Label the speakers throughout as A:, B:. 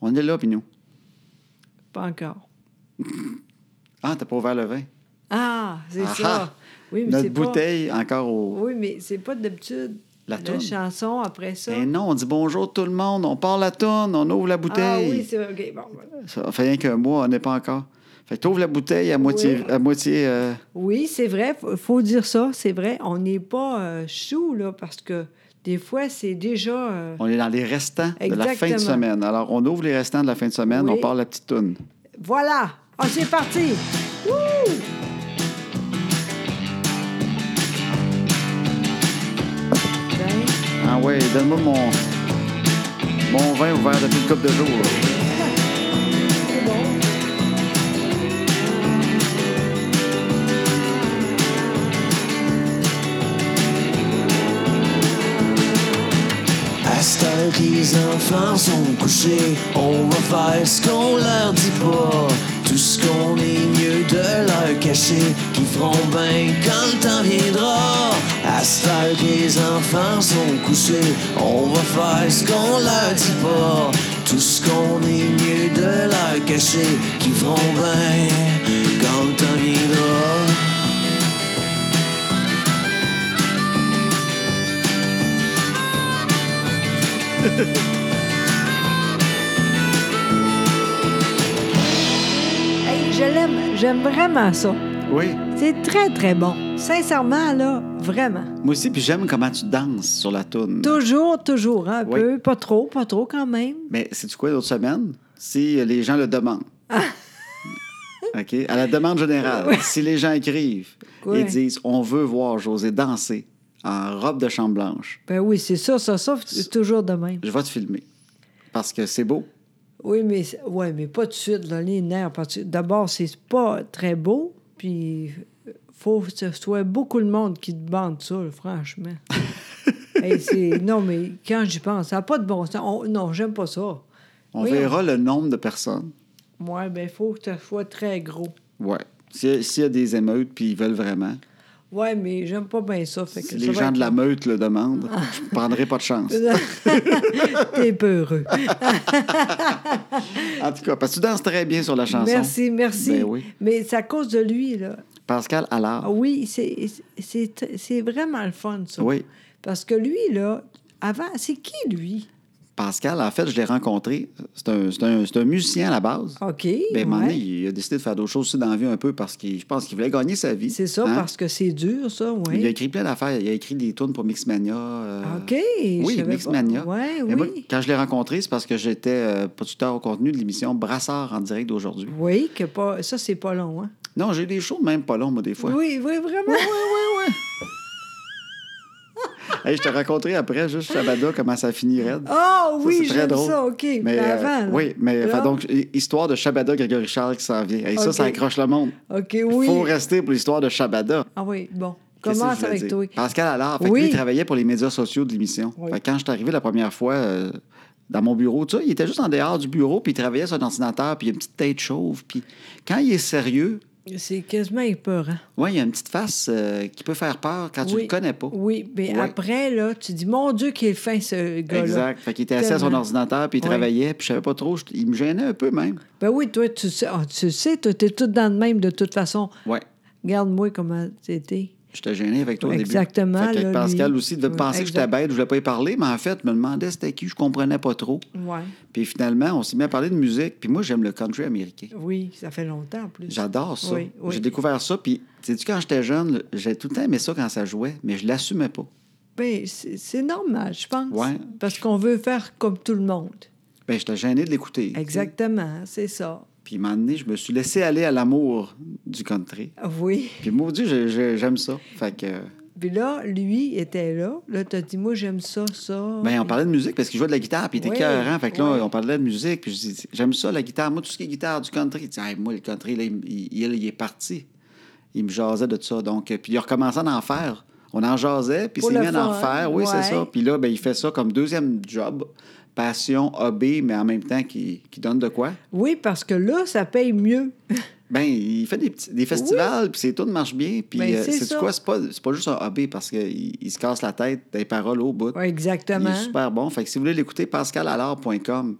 A: On est là, puis nous.
B: Pas encore.
A: Ah, t'as pas ouvert le vin.
B: Ah, c'est
A: Ah ah!
B: ça. Oui, mais
A: Notre
B: c'est pas...
A: bouteille, encore au.
B: Oui, mais c'est pas d'habitude.
A: La toune.
B: chanson après ça.
A: Mais Ben non, on dit bonjour tout le monde, on part la tonne, on ouvre la
B: ah
A: bouteille.
B: oui, c'est OK. Bon, voilà.
A: Ça fait rien qu'un mois, on n'est pas encore. Fait que t'ouvres la bouteille à moitié.
B: Oui.
A: À moitié euh,
B: Oui, c'est vrai, faut- faut dire ça, c'est vrai. On n'est pas euh, chou, là, parce que des fois, c'est déjà. euh,
A: on est dans les restants de la fin de
B: Exactement.
A: semaine. Alors, on ouvre les restants de la fin de semaine,
B: Oui.
A: on part la petite toune.
B: Voilà! Ah, c'est parti! Wouh! Ben,
A: Ah ouais, donne-moi mon, mon vin ouvert depuis une couple de jours. là.
B: c'est bon.
C: À cette heure que les enfants sont couchés, on va faire ce qu'on leur dit pas. Tout ce qu'on est mieux de leur cacher, qui feront bien quand le temps viendra. À cette heure que les enfants sont couchés, on va faire ce qu'on leur dit pas. Tout ce qu'on est mieux de leur cacher, qui feront bien quand le temps viendra.
B: Hey, je l'aime, j'aime vraiment ça.
A: Oui,
B: C'est très, très bon. Sincèrement, là, vraiment.
A: moi aussi, puis j'aime comment tu danses sur la toune.
B: Toujours, toujours, hein, un
A: Oui.
B: peu. Pas trop, pas trop quand même.
A: Mais c'est-tu quoi l'autre semaine? Si euh, les gens le demandent.
B: Ah.
A: OK? À la demande générale, si les gens écrivent
B: Ouais.
A: et disent on veut voir José danser en robe de chambre blanche,
B: Ben oui, c'est ça, ça, ça, c'est toujours de même.
A: je vais te filmer. Parce que c'est beau.
B: Oui, mais, c'est- ouais, mais pas tout de suite, là, les nerfs. parce que D'abord, c'est pas très beau, puis faut que ce soit beaucoup de monde qui te bande ça, là, franchement. Hey, c'est- non, mais quand j'y pense, ça n'a pas de bon sens. On- non, j'aime pas ça.
A: On
B: Oui, hein.
A: verra le nombre de personnes.
B: Ouais, ben, faut que ça soit très gros.
A: Ouais. S'il y, a- s'il y a des émeutes puis ils veulent vraiment,
B: Ouais, mais j'aime pas bien ça. Fait que
A: si
B: ça
A: les
B: va
A: gens
B: être- Ah.
A: de la meute le demandent, je prendrai pas de chance.
B: T'es peureux.
A: En tout cas, parce que tu danses très bien sur la chanson.
B: Merci, merci.
A: Ben oui.
B: Mais c'est à cause de lui, là.
A: Pascal Allard.
B: Ah Oui, c'est- c'est c'est vraiment le fun, ça.
A: Oui.
B: Parce que lui, là, avant, c'est qui, lui?
A: Pascal, en fait, je l'ai rencontré. C'est un, c'est un- c'est un musicien à la base.
B: OK.
A: Ben, à un moment
B: ouais.
A: donné, il a décidé de faire d'autres choses aussi dans la vie un peu parce qu'il, je pense qu'il voulait gagner sa vie.
B: C'est ça,
A: hein.
B: parce que c'est dur, ça, oui. Ah,
A: Il a écrit plein d'affaires. Il a écrit des tunes pour Mixmania. euh,
B: OK.
A: Oui, Mixmania. Eh ben,
B: Oui,
A: Mais
B: oui.
A: moi, quand je l'ai rencontré, c'est parce que j'étais euh, producteur au contenu de l'émission Brassard en direct d'aujourd'hui.
B: Oui, que pas... ça, c'est pas long, hein?
A: Non, j'ai des shows même pas longs, moi, des fois.
B: Oui, oui, vraiment.
A: Hey, je te raconterai après, juste Shabada, comment ça finit raide.
B: Ah
A: Ça,
B: oui,
A: c'est très
B: j'aime
A: drôle.
B: ça, OK. Mais,
A: euh,
B: avant, là.
A: oui, mais
B: Là.
A: fait donc, hi- histoire de Shabada, Grégory Charles qui s'en vient. Hey, Ça,
B: OK.
A: ça accroche le monde.
B: OK,
A: Il
B: oui.
A: faut rester pour l'histoire de Shabada.
B: Ah oui, bon.
A: Qu'est-ce que je
B: Commence
A: voulais
B: avec
A: dire?
B: toi.
A: Pascal Allard, fait que
B: Oui.
A: lui, il travaillait pour les médias sociaux de l'émission.
B: Oui.
A: Fait que Quand je suis arrivé la première fois euh, dans mon bureau, tu sais, il était juste en dehors du bureau, puis il travaillait sur un ordinateur, puis il a une petite tête chauve. Puis quand il est sérieux,
B: C'est quasiment épeurant.
A: ouais, il a une petite face euh, qui peut faire peur quand tu
B: Oui.
A: le connais pas.
B: Oui, mais
A: Ouais.
B: après, là, tu dis, mon Dieu, qu'il est fin, ce gars-là.
A: Exact. Fait qu'il était assis à son
B: Tellement.
A: ordinateur, puis il
B: Oui.
A: travaillait, puis je savais pas trop. je- Il me gênait un peu même.
B: Ben oui, toi, tu sais, ah, tu sais, toi, t'es tout dans le même de toute façon.
A: Ouais.
B: Regarde-moi comment t'étais.
A: J'étais gêné avec toi au
B: Exactement,
A: début. Fait que
B: là,
A: Pascal
B: lui-
A: aussi devait
B: Ouais,
A: penser que j'étais
B: exact.
A: bête, je voulais pas y parler, mais en fait, je me demandais c'était qui, je comprenais pas trop.
B: Ouais.
A: Puis finalement, on s'est mis à parler de musique. Puis moi, j'aime le country américain.
B: Oui, ça fait longtemps en plus.
A: J'adore ça.
B: Oui, oui.
A: J'ai découvert ça. Puis, sais-tu, quand j'étais jeune, j'ai tout le temps aimé ça quand ça jouait, mais je l'assumais pas.
B: Ben, c'est c'est normal, je pense.
A: Ouais.
B: Parce qu'on veut faire comme tout le monde.
A: Ben, j'étais gêné de l'écouter. tu sais.
B: Exactement, c'est ça.
A: Puis, à un moment donné, je me suis laissé aller à l'amour du country.
B: Oui.
A: Puis, maudit, je- je- j'aime ça. Fait que.
B: Puis là, lui était là. Là, t'as dit, moi, j'aime ça, ça.
A: Ben, on parlait de musique parce qu'il jouait de la guitare, puis il était
B: Oui,
A: écœurant. Fait que là,
B: oui.
A: on parlait de musique, puis je dis, j'aime ça, la guitare. Moi, tout ce qui est guitare du country. Il dit, Hey, moi, le country, là, il, il- il est parti. Il me jasait de ça. Donc, euh, puis il a recommencé à en faire. On en jasait, puis il
B: Pour
A: s'est
B: le
A: mis à en
B: fun,
A: faire. Oui, c'est
B: ouais.
A: ça. Puis là, ben, il fait ça comme deuxième job. Passion, hobby, mais en même temps, qui, qui donne de quoi?
B: Oui, parce que là, ça paye mieux.
A: Ben, il fait des, petits- des festivals, puis ses tunes marchent bien. Puis,
B: Ben,
A: euh,
B: c'est
A: sais-tu
B: ça.
A: quoi? C'est pas, c'est pas juste un hobby parce qu'il il se casse la tête des paroles au bout. Il
B: Ouais, exactement.
A: est super bon. Fait que si vous voulez l'écouter, pascalalard.com.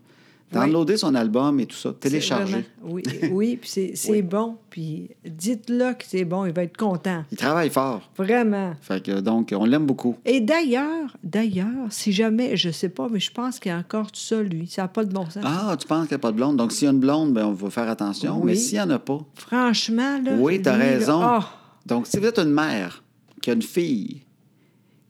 A: Downloadez son album et tout ça.
B: C'est
A: Téléchargez.
B: vraiment- Oui, oui puis c'est c'est
A: Oui.
B: bon. Puis dites-le que c'est bon, il va être content.
A: Il travaille fort.
B: Vraiment.
A: Fait que, donc, on l'aime beaucoup.
B: Et d'ailleurs, d'ailleurs, si jamais, je sais pas, mais je pense qu'il est encore tout seul, lui. Ça n'a pas de bon sens.
A: Ah, tu penses qu'il n'y a pas de blonde. Donc, s'il y a une blonde, ben, on va faire attention.
B: Oui.
A: Mais s'il n'y en a pas,
B: Franchement, là.
A: Oui, t'as
B: lui, là,
A: raison.
B: ah,
A: Donc, si vous êtes une mère qui a une fille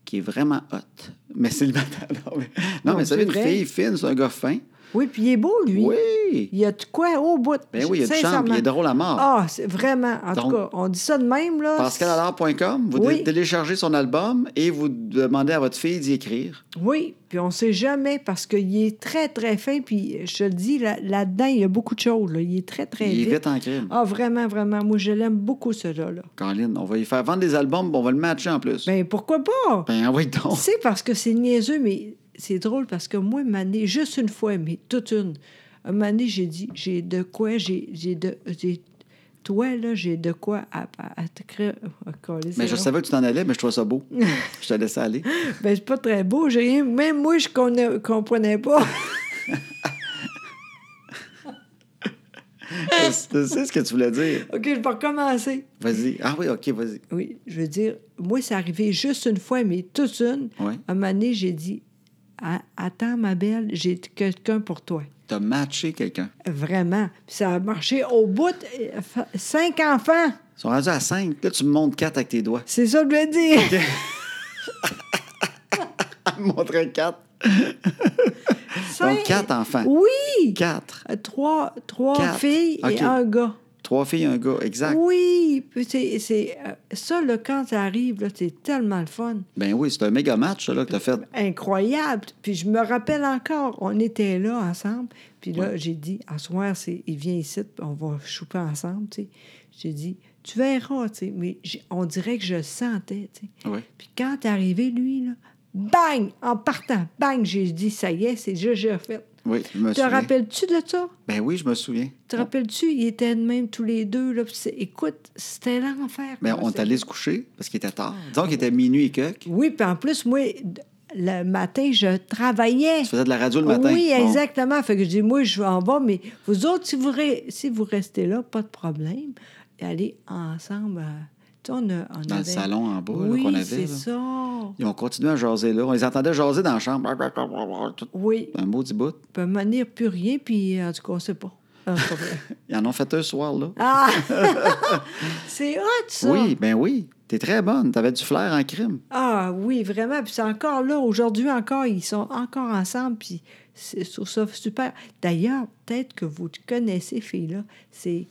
A: qui est vraiment hot, mais c'est le matin. Non, mais, non,
B: Non,
A: mais
B: c'est
A: ça veut une
B: vrai.
A: fille fine, c'est un gars fin.
B: Oui, puis il est beau, lui.
A: Oui.
B: Il y a de quoi au bout.
A: Ben oui, il y a du charme,
B: Sincèrement.
A: il est drôle à mort.
B: Ah, c'est vraiment. En tout
A: Donc,
B: cas, on dit ça de même, là.
A: PascalAllard.com, vous
B: Oui.
A: téléchargez son album et vous demandez à votre fille d'y écrire.
B: Oui, puis on sait jamais parce qu'il est très, très fin. Puis je te le dis, là- là-dedans, il y a beaucoup de choses. là. Il est très, très
A: Il est
B: vite.
A: vite en crime.
B: Ah, vraiment, vraiment. Moi, je l'aime beaucoup, ce gars-là.
A: Colin, on va lui faire vendre des albums, puis on va le matcher en plus. Ben,
B: Ben, pourquoi pas?
A: envoyez donc.
B: C'est parce que c'est niaiseux, mais c'est drôle parce que moi, Mané, juste une fois, mais toute une. Mané, j'ai dit, j'ai de quoi, j'ai j'ai de. j'ai- Toi, là, j'ai de quoi à, à- à te créer. Oh, câlisse,
A: Mais je
B: non.
A: savais que tu t'en allais, mais je trouvais ça beau. je te laissais aller.
B: Ben, c'est pas très beau. J'ai rien. Même moi, je conna- comprenais pas.
A: Je sais ce que tu voulais dire.
B: OK, je vais recommencer.
A: Vas-y. Ah oui, OK, vas-y.
B: Oui, je veux dire, moi, c'est arrivé juste une fois, mais toute une.
A: Ouais.
B: À un moment donné, j'ai dit Ah, Attends, ma belle, j'ai quelqu'un pour toi.
A: T'as matché quelqu'un.
B: Vraiment. Puis ça a marché au bout. euh, fa- Cinq enfants.
A: Ils sont rendus à 5. Là, tu me montres 4 avec tes doigts.
B: C'est ça que je veux dire.
A: Elle me montrait 4.
B: Cinq-
A: quatre enfants.
B: Oui.
A: 4.
B: Euh, Trois, trois
A: Quatre.
B: filles
A: OK.
B: et un gars.
A: 3 filles, un gars. Exact.
B: Oui. Puis c'est- c'est, euh, ça, là, quand ça arrive, là, c'est tellement le fun.
A: Ben oui, c'est un méga match ça, là, que t'as fait.
B: incroyable. Puis je me rappelle encore, on était là ensemble. Puis là, j'ai dit, à soir, c'est, il vient ici, puis on va chouper ensemble, tu sais. J'ai dit, tu verras, tu sais. Mais j'ai- on dirait que je le sentais, tu sais.
A: Oui.
B: Puis quand est arrivé, lui, là, bang, en partant, bang, j'ai dit, ça y est, c'est juste, j'ai fait.
A: Oui, je me
B: Te
A: souviens.
B: rappelles-tu de ça?
A: Ben oui, je me souviens.
B: Te rappelles-tu? Ils étaient de même tous les deux, là. puis c'est- écoute, c'était l'enfer.
A: Mais Ben,
B: comment
A: on
B: c'était.
A: t'allait se coucher parce qu'il était tard. Disons qu'il était minuit et quelques. Tu
B: Oui, puis en plus, moi, d- le matin, je travaillais.
A: faisais de la radio le matin.
B: Oui,
A: Bon.
B: exactement. Fait que je dis, moi, je vais en bas, mais vous autres, si vous, re- si vous restez là, pas de problème. Et allez ensemble. à- Tu sais, on a- on
A: Dans le
B: avait-
A: salon en bas là,
B: oui,
A: qu'on avait.
B: c'est
A: là.
B: ça.
A: Ils ont continué à jaser là. On les entendait jaser dans la chambre. Tout
B: Oui,
A: un maudit bout.
B: on peut manier plus rien, puis euh, en tout cas, on sait pas. Ah, c'est pas vrai.
A: Ils en ont fait un soir, là.
B: Ah! c'est hot, ça!
A: oui, ben oui. T'es très bonne. T'avais du flair en crime.
B: Ah oui, vraiment. Puis c'est encore là, aujourd'hui encore, ils sont encore ensemble. Puis c'est- je trouve ça super. D'ailleurs, peut-être que vous connaissez, fille-là, c'est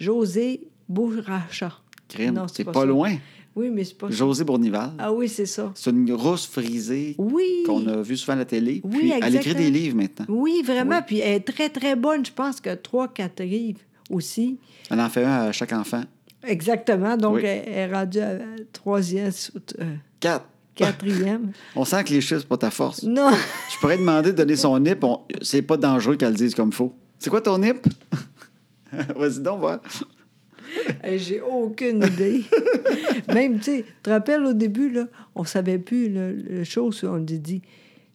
B: José Bourracha.
A: Crime.
B: Non,
A: c'est pas,
B: ça.
A: loin.
B: Oui, mais c'est pas ça.
A: José Bournival.
B: Ah oui, c'est ça.
A: C'est une grosse frisée
B: Oui.
A: qu'on a vue souvent à la télé.
B: Oui,
A: Puis elle écrit
B: exactement.
A: des livres maintenant.
B: Oui, vraiment.
A: Oui.
B: Puis elle est très, très bonne. Je pense que trois, quatre livres aussi.
A: Elle en fait un à chaque enfant.
B: Exactement. Donc,
A: Oui.
B: elle elle est rendue à à troisième, sous- euh,
A: Quatre.
B: quatrième.
A: On sent que les chiffres, c'est pas ta force.
B: non.
A: Je pourrais demander de donner son nip. on- C'est pas dangereux qu'elle le dise comme faux. C'est quoi ton nip? Vas-y donc, voir.
B: Hey, J'ai aucune idée. Même, tu sais, te rappelles au début, là, on savait plus le, le chose, on dit, dit,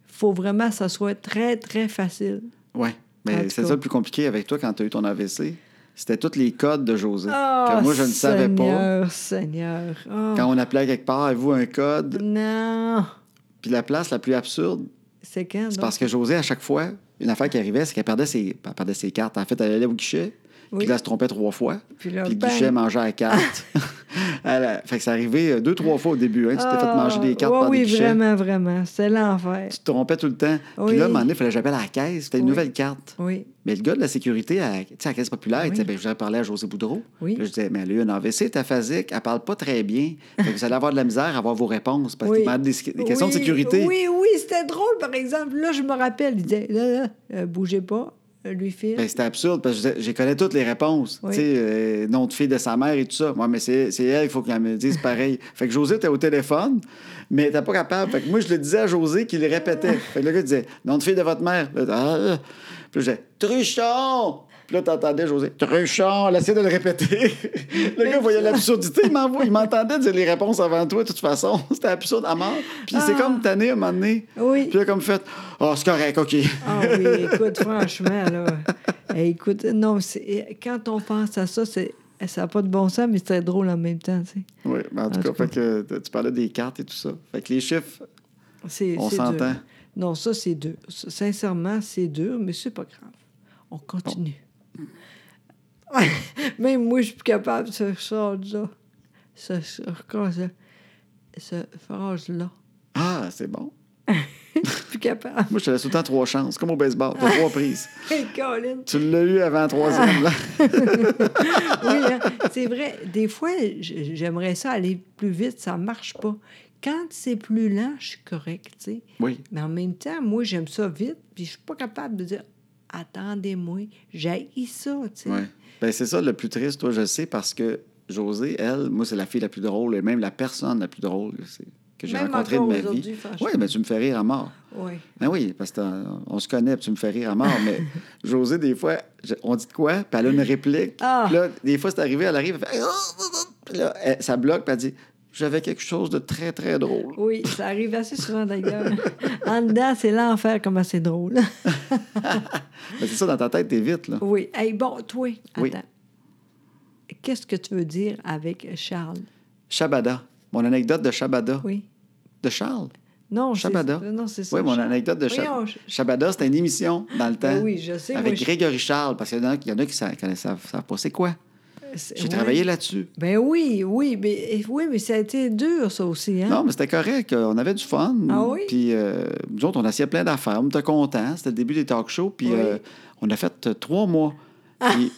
B: faut vraiment que ça soit très, très facile.
A: Oui.
B: En tout
A: Mais c'est
B: cas.
A: ça le plus compliqué avec toi quand tu as eu ton AVC. C'était tous les codes de José.
B: Ah,
A: que moi, je ne savais pas.
B: Seigneur, Seigneur. Ah,
A: Quand on appelait quelque part, avez-vous un code?
B: Non.
A: Puis la place la plus absurde,
B: C'est quand?
A: c'est
B: donc?
A: parce que José, à chaque fois, une affaire qui arrivait, c'est qu'elle perdait ses, elle perdait ses cartes. En fait, elle allait au guichet,
B: Oui. Ah, ben.
A: puis là, elle se trompait trois fois.
B: Puis
A: Puis,
B: là,
A: le
B: bang.
A: guichet mangeait la carte. Elle a- Fait que c'est arrivé euh, deux, trois fois au début. Hein, tu t'es fait
B: Ah,
A: manger des cartes
B: ouais,
A: par
B: oui,
A: des guichets.
B: vraiment, vraiment. C'est l'enfer.
A: Tu te trompais tout le temps.
B: Oui.
A: Puis là, à un moment donné, il fallait que j'appelle à la caisse. C'était une
B: Oui.
A: nouvelle carte.
B: Oui.
A: Mais le gars de la sécurité, à, tu sais, à la caisse populaire, il
B: Oui.
A: disait, ben, je voudrais parler à José Boudreau.
B: Oui.
A: Puis là, je disais, mais elle a eu un AVC, elle est aphasique, elle parle pas très bien. Fait que vous allez avoir de la misère à avoir vos réponses parce
B: oui.
A: qu'il demande des, des questions
B: Oui,
A: de sécurité.
B: Oui, oui, c'était drôle, par exemple. Là, je me rappelle, il disait, là, là, euh, bougez pas, euh, lui file.
A: Ben, c'était absurde parce que je disais, j'ai connais toutes les réponses.
B: Oui.
A: Tu sais, euh, nom de fille de sa mère et tout ça. Moi, mais c'est c'est elle, il faut qu'elle me dise pareil. fait que José était au téléphone, mais elle était pas capable. Fait que moi, je le disais à José qu'il le répétait. Fait que le gars disait, nom de fille de votre mère. Là, ah, ah. Puis là, je Truchon! Puis là, t'entendais José, Truchon! Elle essayait de le répéter. le gars voyait l'absurdité, il m'envoie, il m'entendait dire les réponses avant toi, de toute façon. C'était absurde à mort. Puis c'est
B: Ah.
A: comme tanné à un moment donné.
B: Oui.
A: Puis là, comme fait, oh, c'est correct, OK.
B: Ah oui, écoute, franchement, là. Eh, écoute, non, c'est- eh, quand on pense à ça, c'est eh, ça n'a pas de bon sens, mais c'est très drôle en même temps, tu sais.
A: Oui, mais en tout
B: En
A: cas,
B: tout cas.
A: fait que t- tu parlais des cartes et tout ça. Fait que les chiffres,
B: C'est-
A: On
B: c'est
A: s'entend.
B: dur. Non, ça, c'est dur. S- Sincèrement, c'est dur, mais c'est pas grave. On continue. Même moi, je suis plus capable de ce sort-là. Ce, ce, comment ça- ce phrase-là.
A: ah, c'est bon.
B: Je suis plus capable.
A: Moi, je te laisse autant trois chances, comme au baseball, t'as trois prises.
B: Hey, Colin!
A: Tu l'as eu avant la troisième, là.
B: Oui, hein, c'est vrai. Des fois, j- j'aimerais ça aller plus vite, ça marche pas. Quand c'est plus lent, je suis correcte, tu sais.
A: Oui.
B: Mais en même temps, moi, j'aime ça vite, puis je suis pas capable de dire « Attendez-moi, j'ai ça, tu sais.
A: Ouais. Ben, c'est ça le plus triste, toi, je sais, parce que Josée, elle, moi, c'est la fille la plus drôle et même la personne la plus drôle que c'est- que j'ai
B: Même
A: rencontrée de
B: encore
A: ma vie.
B: aujourd'hui, franchement.
A: Oui, mais tu me fais rire à mort.
B: Oui.
A: Ben oui, parce que euh, on se connaît, puis tu me fais rire à mort, mais Josée, des fois, je- on dit de quoi, puis elle a une réplique.
B: Ah!
A: Puis là, des fois, c'est arrivé, elle arrive, elle fait... Puis là, elle- ça bloque, puis elle dit « J'avais quelque chose de très, très drôle.
B: Oui, ça arrive assez souvent d'ailleurs. en dedans, c'est l'enfer, comment c'est drôle. »
A: Ben, C'est ça, dans ta tête, t'es vite, là.
B: oui. Hey, bon, toi, attends.
A: Oui.
B: Qu'est-ce que tu veux dire avec Charles?
A: Shabada. Mon anecdote de Shabada.
B: Oui.
A: De Charles.
B: Non, c'est-
A: Shabada.
B: Non, c'est ça.
A: Oui, mon
B: Charles.
A: anecdote de Shabada.
B: Voyons, je-
A: Shabada, c'était une émission dans le temps.
B: Ben oui, je sais,
A: Avec
B: moi, je-
A: Grégory Charles, parce qu'il y en a il y en a qui sa- qui ne savent savent pas c'est quoi.
B: c'est-
A: J'ai
B: ouais.
A: travaillé là-dessus.
B: Ben oui, oui, mais, oui, mais ça a été dur, ça aussi. Hein?
A: Non, mais c'était correct. euh, On avait du fun.
B: Ah oui?
A: Puis, euh, nous autres, on essayait plein d'affaires. On était contents. C'était le début des talk shows. Puis,
B: Oui. Ah.
A: euh, on a fait euh, trois mois. Puis-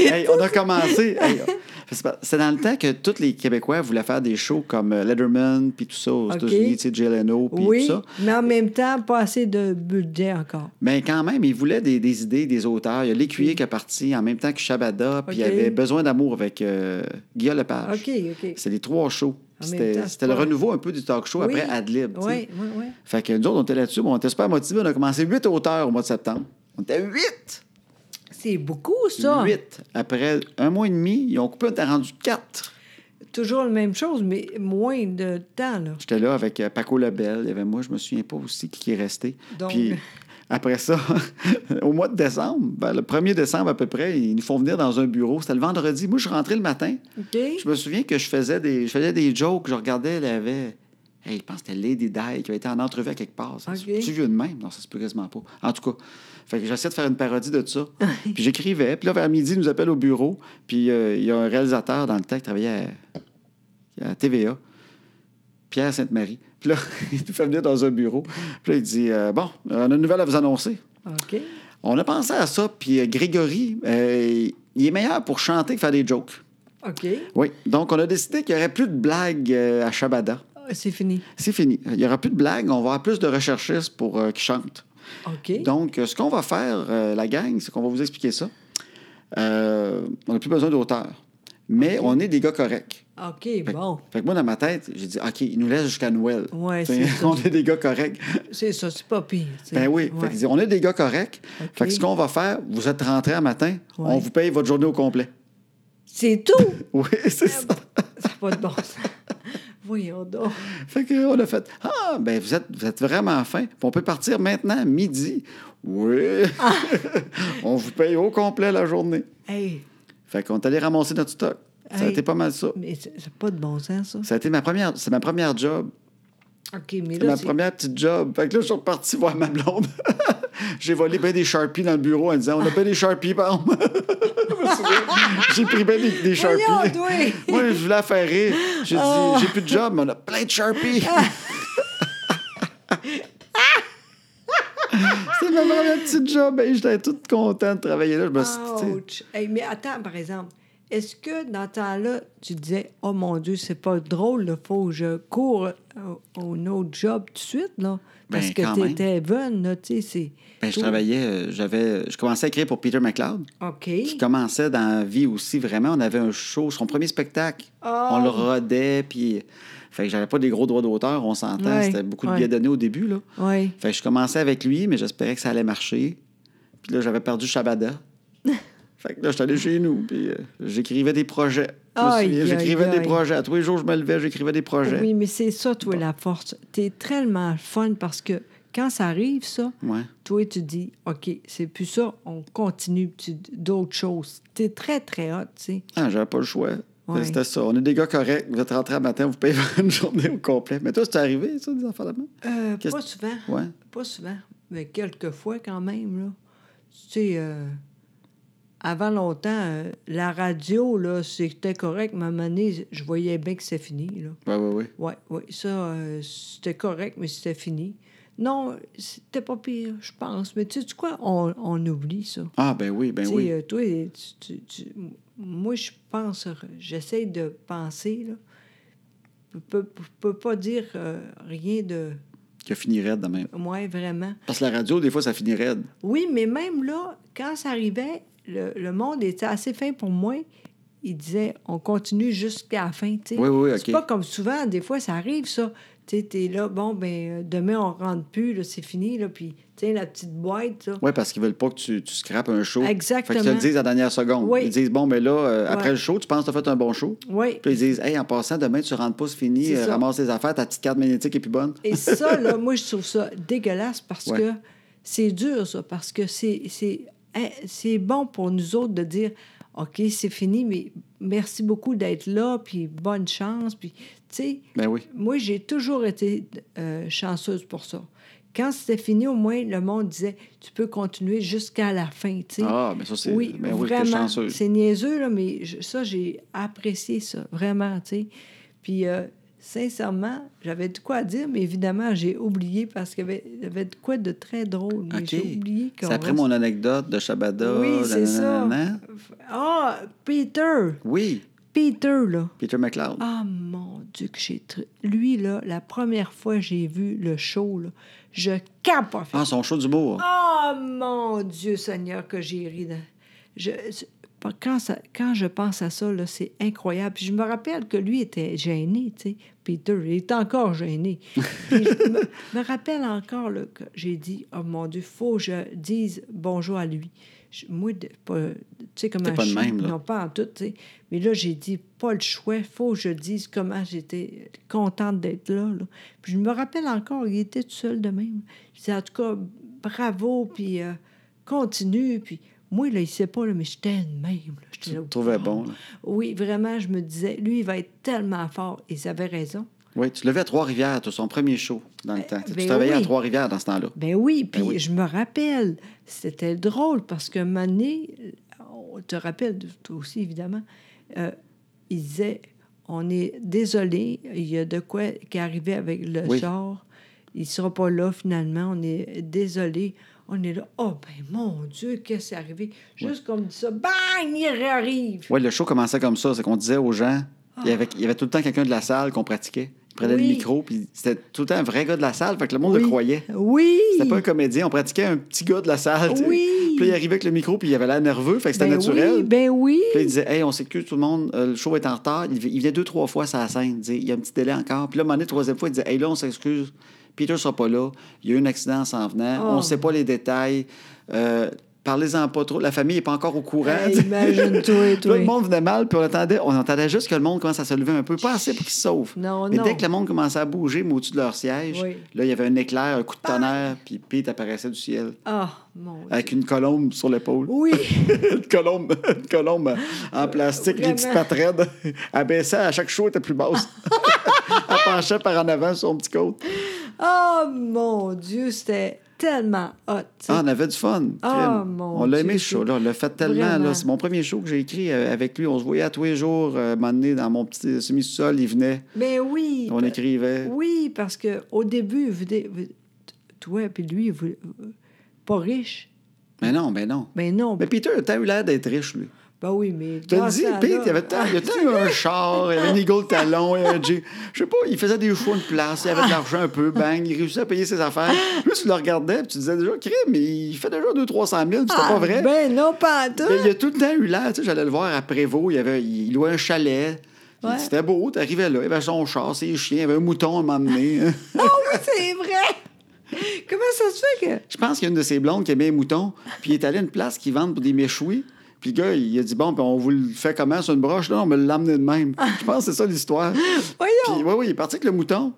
A: Hey, on a commencé. Hey, euh, c'est pas- c'est dans le temps que tous les Québécois voulaient faire des shows comme euh, Letterman, puis tout ça aux
B: OK.
A: États-Unis, tu sais, Jay Leno, puis
B: oui,
A: tout ça.
B: mais en même temps, pas assez de budget encore.
A: Mais quand même, il voulait des, des idées, des auteurs. Il y a L'Écuyer qui est parti en même temps que Shabada, puis il y
B: OK.
A: avait Besoin d'amour avec euh, Guillaume Lepage.
B: OK, OK.
A: C'est les trois shows.
B: En même temps,
A: C'était
B: c'est
A: c'était le
B: pas-
A: renouveau un peu du talk show après Adlib. tu sais.
B: Oui, oui, oui.
A: Fait que nous autres, on était là-dessus, mais on était super motivés. On a commencé huit auteurs au mois de septembre. On était huit!
B: C'est beaucoup, ça.
A: Huit! Après un mois et demi, ils ont coupé, on était rendu quatre.
B: Toujours la même chose, mais moins de temps, là.
A: J'étais là avec euh, Paco Lebel, il y avait moi, je me souviens pas aussi qui est resté.
B: Donc-
A: Puis après ça, au mois de décembre, ben, le 1er décembre à peu près, ils nous font venir dans un bureau. C'était le vendredi. Moi, je rentrais le matin.
B: OK?
A: Je me souviens que je faisais des, je faisais des jokes. Je regardais, elle avait. Hey, je pense que c'était Lady Di qui avait été en entrevue à quelque part. Ça,
B: Ok.
A: Tu vieux de même? Non, ça se peut quasiment pas. En tout cas, fait que j'essayais de faire une parodie de ça. puis j'écrivais. Puis là, vers midi, ils nous appellent au bureau. Puis euh, il y a un réalisateur dans le temps qui travaillait à, à TVA, Pierre Sainte-Marie. Puis là, il nous fait venir dans un bureau. Puis là, il dit euh, Bon, on a une nouvelle à vous annoncer.
B: OK.
A: On a pensé à ça. Puis euh, Grégory, euh, il est meilleur pour chanter que faire des jokes.
B: OK.
A: Oui. Donc, on a décidé qu'il n'y aurait plus de blagues euh, à Shabada.
B: Ah, C'est fini.
A: C'est fini. Il n'y aura plus de blagues. On va avoir plus de recherchistes pour euh, qui chantent.
B: OK.
A: Donc, euh, ce qu'on va faire, euh, la gang, c'est qu'on va vous expliquer ça. Euh, on n'a plus besoin d'auteurs. Mais on est des gars corrects.
B: OK,
A: Fait,
B: bon.
A: fait que moi, dans ma tête, j'ai dit, OK, ils nous laissent jusqu'à Noël.
B: Ouais,
A: T'sais,
B: c'est ça.
A: on est des gars corrects.
B: C'est ça, c'est pas pire. tu sais.
A: Ben oui.
B: Ouais.
A: Fait qu'ils disent, on est des gars corrects. Fait que ce qu'on va faire, vous êtes rentrés un matin, on vous paye votre journée au complet.
B: C'est tout!
A: Oui, c'est
B: Ah
A: ça.
B: c'est pas de bon sens. Voyons donc.
A: Fait que, euh, on a fait Ah, ben vous êtes, vous êtes vraiment fin. Puis on peut partir maintenant, midi. Oui.
B: Ah.
A: on vous paye au complet la journée.
B: Hey,
A: Fait qu'on est allé ramasser notre stock. Ça a
B: Hey.
A: été pas mal ça.
B: mais c'est c'est pas de bon sens, ça.
A: Ça a été ma première, c'est ma première job.
B: OK, mais
A: C'est ma
B: là, c'est...
A: première petite job. Fait que là, je suis reparti voir ma blonde. J'ai volé ben des Sharpies dans le bureau en disant On a ben des Sharpies, par exemple. Je me souviens. J'ai pris ben des, des Sharpies.
B: Voyons, toi!
A: Moi, je voulais la faire rire. J'ai
B: Oh.
A: dit J'ai plus de job, mais on a plein de Sharpies. C'était ma première petite job. et J'étais toute contente de travailler là. Je me suis dit, tu sais,
B: Ouch! Hey, mais attends, par exemple, est-ce que dans ce temps-là, tu disais, oh mon Dieu, c'est pas drôle, il faut que je cours euh, au, au autre job tout de suite, là? Parce
A: Ben, quand
B: que
A: même.
B: tu étais bonne, là, tu sais, c'est.
A: ben, je
B: Toi-
A: travaillais, euh, j'avais, je commençais à écrire pour Peter McLeod.
B: OK.
A: qui commençait dans la vie aussi vraiment. On avait un show, son premier spectacle.
B: Ah.
A: On le rodait, puis. Fait que j'avais pas des gros droits d'auteur, on s'entend.
B: Ouais,
A: C'était beaucoup de
B: ouais.
A: billets donnés au début, là.
B: Oui.
A: Fait que je commençais avec lui, mais j'espérais que ça allait marcher. Puis là, j'avais perdu Shabada. fait que là, j'étais allé chez nous, puis euh, j'écrivais des projets. Je me
B: Aïe,
A: souviens, j'écrivais
B: aïe,
A: des
B: aïe.
A: projets. À tous les jours, je me levais, j'écrivais des projets.
B: Oui, mais c'est ça, toi, la force. T'es tellement fun parce que quand ça arrive, ça,
A: Ouais.
B: toi, tu dis, OK, c'est plus ça, on continue puis tu- d'autres choses. T'es très, très hot, tu sais.
A: Ah, j'avais pas le choix.
B: Ouais.
A: C'était ça. On est des gars corrects. Vous êtes rentrés le matin, vous payez une journée au complet. Mais toi, c'est arrivé, ça, des enfants de main?
B: Euh,
A: Qu'est-ce-
B: pas souvent.
A: Ouais.
B: Pas souvent, mais quelques fois quand même, là. Tu sais, euh, avant longtemps, euh, la radio, là, c'était correct, mais à un moment donné, je voyais bien que c'est fini, là.
A: Ouais, ouais, ouais.
B: Oui, oui, ça, euh, c'était correct, mais c'était fini. Non, c'était pas pire, je pense. Mais tu sais quoi, on, on oublie ça.
A: Ah, ben oui, ben
B: Tu sais,
A: oui.
B: euh, toi, tu- tu- tu- moi, je pense, j'essaie de penser, là. Je peux, je peux pas dire euh, rien de
A: Que finit raide de même.
B: moi, vraiment.
A: Parce que la radio, des fois, ça finit raide.
B: Oui, mais même là, quand ça arrivait, le, le monde était assez fin pour moi. Il disait, on continue jusqu'à la fin, tu sais.
A: Oui, oui, oui,
B: C'est
A: OK.
B: pas comme souvent, des fois, ça arrive, ça. Tu sais, t'es là, bon, ben euh, demain, on rentre plus, là, c'est fini, là, puis, tiens, la petite boîte, là.
A: Oui, parce qu'ils veulent pas que tu, tu scrapes un show. Fait
B: Exactement.
A: qu'ils te le disent à la dernière seconde.
B: Oui.
A: Ils disent, bon, mais là, euh, après
B: Ouais.
A: le show, tu penses que tu as fait un bon show?
B: Oui.
A: Puis ils disent, hey, en passant, demain, tu rentres pas, c'est fini,
B: C'est
A: euh,
B: ça.
A: ramasse tes affaires, ta petite carte magnétique est plus bonne.
B: Et ça, là, moi, je trouve ça dégueulasse parce
A: Ouais.
B: que c'est dur, ça, parce que c'est- c'est hein, c'est bon pour nous autres de dire OK, c'est fini, mais merci beaucoup d'être là, puis bonne chance, puis, tu sais.
A: Ben oui.
B: Moi, j'ai toujours été euh, chanceuse pour ça. Quand c'était fini, au moins, le monde disait Tu peux continuer jusqu'à la fin, tu sais.
A: Ah, mais ça, c'est.
B: Oui,
A: ben oui, t'es
B: vraiment.
A: chanceux.
B: c'est niaiseux, là, mais je- ça, j'ai apprécié ça, vraiment, tu sais. Puis, euh, sincèrement, j'avais de quoi à dire, mais évidemment, j'ai oublié parce qu'il y avait, il y avait de quoi de très drôle. Mais
A: OK.
B: j'ai oublié qu'on
A: C'est après
B: reste-
A: mon anecdote de Shabada.
B: Oui, c'est ça.
A: nanana.
B: Ah, Peter!
A: Oui,
B: Peter, là.
A: Peter McLeod.
B: Ah, mon Dieu, que j'ai... tri- Lui, là, la première fois que j'ai vu le show, là, je capote.
A: Ah, son show d'humour.
B: Oh mon Dieu Seigneur que j'ai ri. dans- Je, c'est- pas- quand, ça- quand je pense à ça, là, c'est incroyable. Puis je me rappelle que lui était gêné, tu sais. Peter, il est encore gêné. Puis je me, me rappelle encore là, que j'ai dit, oh mon Dieu, faut que je dise bonjour à lui. Je- moi, de- pas- tu sais comment
A: T'es pas
B: je
A: de
B: suis,
A: même, là.
B: non pas en tout, tu sais. Mais là, j'ai dit, pas le choix, faut que je dise comment j'étais contente d'être là, là. Puis je me rappelle encore, il était tout seul de même. Je dis, en tout cas, bravo, puis euh, continue. Puis moi, là, il sait pas, là, mais j'étais de même. là.
A: Tu
B: J'étais là,
A: le trouvais
B: wow.
A: bon. là.
B: Oui, vraiment, je me disais, lui, il va être tellement fort. Et ils avaient raison.
A: Oui, tu levais à Trois-Rivières, toi, son premier show dans le temps. Tu
B: ben
A: travaillais à
B: oui.
A: Trois-Rivières dans ce temps-là.
B: Ben oui, puis
A: oui.
B: je me rappelle, c'était drôle parce que Mané, on te rappelle, toi aussi évidemment, euh, il disait On est désolé, il y a de quoi qui est arrivé avec le
A: Oui.
B: char, il sera pas là finalement, on est désolé. On est là, oh ben mon Dieu, qu'est-ce qui est arrivé? Juste comme dit ça, bang, il réarrive.
A: Oui, le show commençait comme ça. C'est qu'on disait aux gens, il, y avait, il y avait tout le temps quelqu'un de la salle qu'on pratiquait. Il prenait le
B: Oui.
A: micro, puis c'était tout le temps un vrai gars de la salle. Fait que le monde le croyait.
B: Oui!
A: C'était pas un comédien, on pratiquait un petit gars de la salle. tu sais.
B: Oui.
A: Puis là, il arrivait avec le micro, puis il avait l'air nerveux, fait que c'était
B: ben
A: naturel.
B: oui, ben oui.
A: Puis là, il disait, hey, on s'excuse tout le monde, euh, le show est en retard. Il, il venait deux, trois fois sur la scène. Il disait, il y a un petit délai encore. Puis là, à un moment donné, troisième fois, il disait, hey, là, on s'excuse. Peter sera pas là. Il y a eu un accident en s'en venant.
B: Oh.
A: On sait pas les détails. Euh, Parlez-en pas trop. La famille est pas encore au courant.
B: Hey, Ben, Imagine-toi,
A: Puis là,
B: toi.
A: le monde venait mal, puis on entendait, on entendait juste que le monde commence à se lever un peu, pas assez pour qu'ils se sauvent.
B: Non,
A: Mais
B: non.
A: dès que le monde commençait à bouger, mais au-dessus de leur siège,
B: Oui.
A: là, il y avait un éclair, un coup de tonnerre, puis Pete apparaissait du ciel,
B: Ah, mon Dieu.
A: avec une colombe sur l'épaule.
B: Oui!
A: une colombe, une colombe en plastique, les
B: Vraiment.
A: petites pattes raides. Elle baissait à chaque show, elle était plus basse. elle penchait par en avant sur son petit côte.
B: Oh mon Dieu, c'était tellement hot. tu sais.
A: Ah, on avait du fun.
B: Ah,
A: crime.
B: mon
A: on l'a aimé
B: Dieu,
A: ce show-là. On l'a fait tellement.
B: Vraiment.
A: là. C'est mon premier show que j'ai écrit euh, avec lui. On se voyait à tous les jours, euh, un moment donné, dans mon petit semi-sol. Il venait,
B: Mais oui.
A: on
B: pa-
A: écrivait.
B: Oui, parce que au début, vous, dé- vous- t- toi puis lui, vous, vous- pas riche.
A: Mais non, mais non.
B: Mais non.
A: Mais Peter, t'as eu l'air d'être riche, lui.
B: Ben oui, mais.
A: Tu te
B: grâce
A: dis,
B: à
A: Pete,
B: là-
A: il y avait tant, il y a tant eu un char, il y avait un eagle talon, il y avait un Jeep. Je sais pas, il faisait des choix de place, il avait de l'argent un peu, bang, il réussissait à payer ses affaires. Juste, tu le regardais, puis tu disais déjà, crime, mais il fait déjà 200-300 000, puis c'était
B: Ah,
A: pas vrai.
B: Ben non, pas en tout.
A: Mais il a tout le temps eu l'air, tu sais, j'allais le voir à Prévost, il, y avait, il louait un chalet.
B: Ouais.
A: C'était beau, t'arrivais là, il avait son char, ses chiens, il avait un mouton à m'emmener.
B: Ah oui, c'est vrai. Comment ça se fait
A: Je pense qu'il y a une de ces blondes qui aimait les moutons, puis il est allé à une place qui vendent pour des méchouis. Puis le gars, il a dit Bon, puis on vous le fait comment sur une broche Là, on me l'a amené de même. Je pense que c'est ça l'histoire.
B: que. Voyons!
A: Puis, oui, oui, il est parti avec le mouton.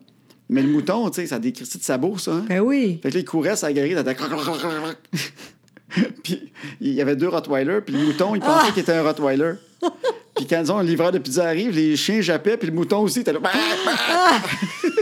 A: Mais le mouton, tu sais, ça décrit de sa bourse, hein.
B: Ben oui.
A: Fait que là, il courait sa grille, t'entendais croc, croc, croc, croc, croc. Puis il y avait deux Rottweilers, puis le mouton, il pensait qu'il était un Rottweiler. Puis quand disons, le livreur de pizza arrive, les chiens jappaient, puis le mouton aussi, était là. Bah, bah.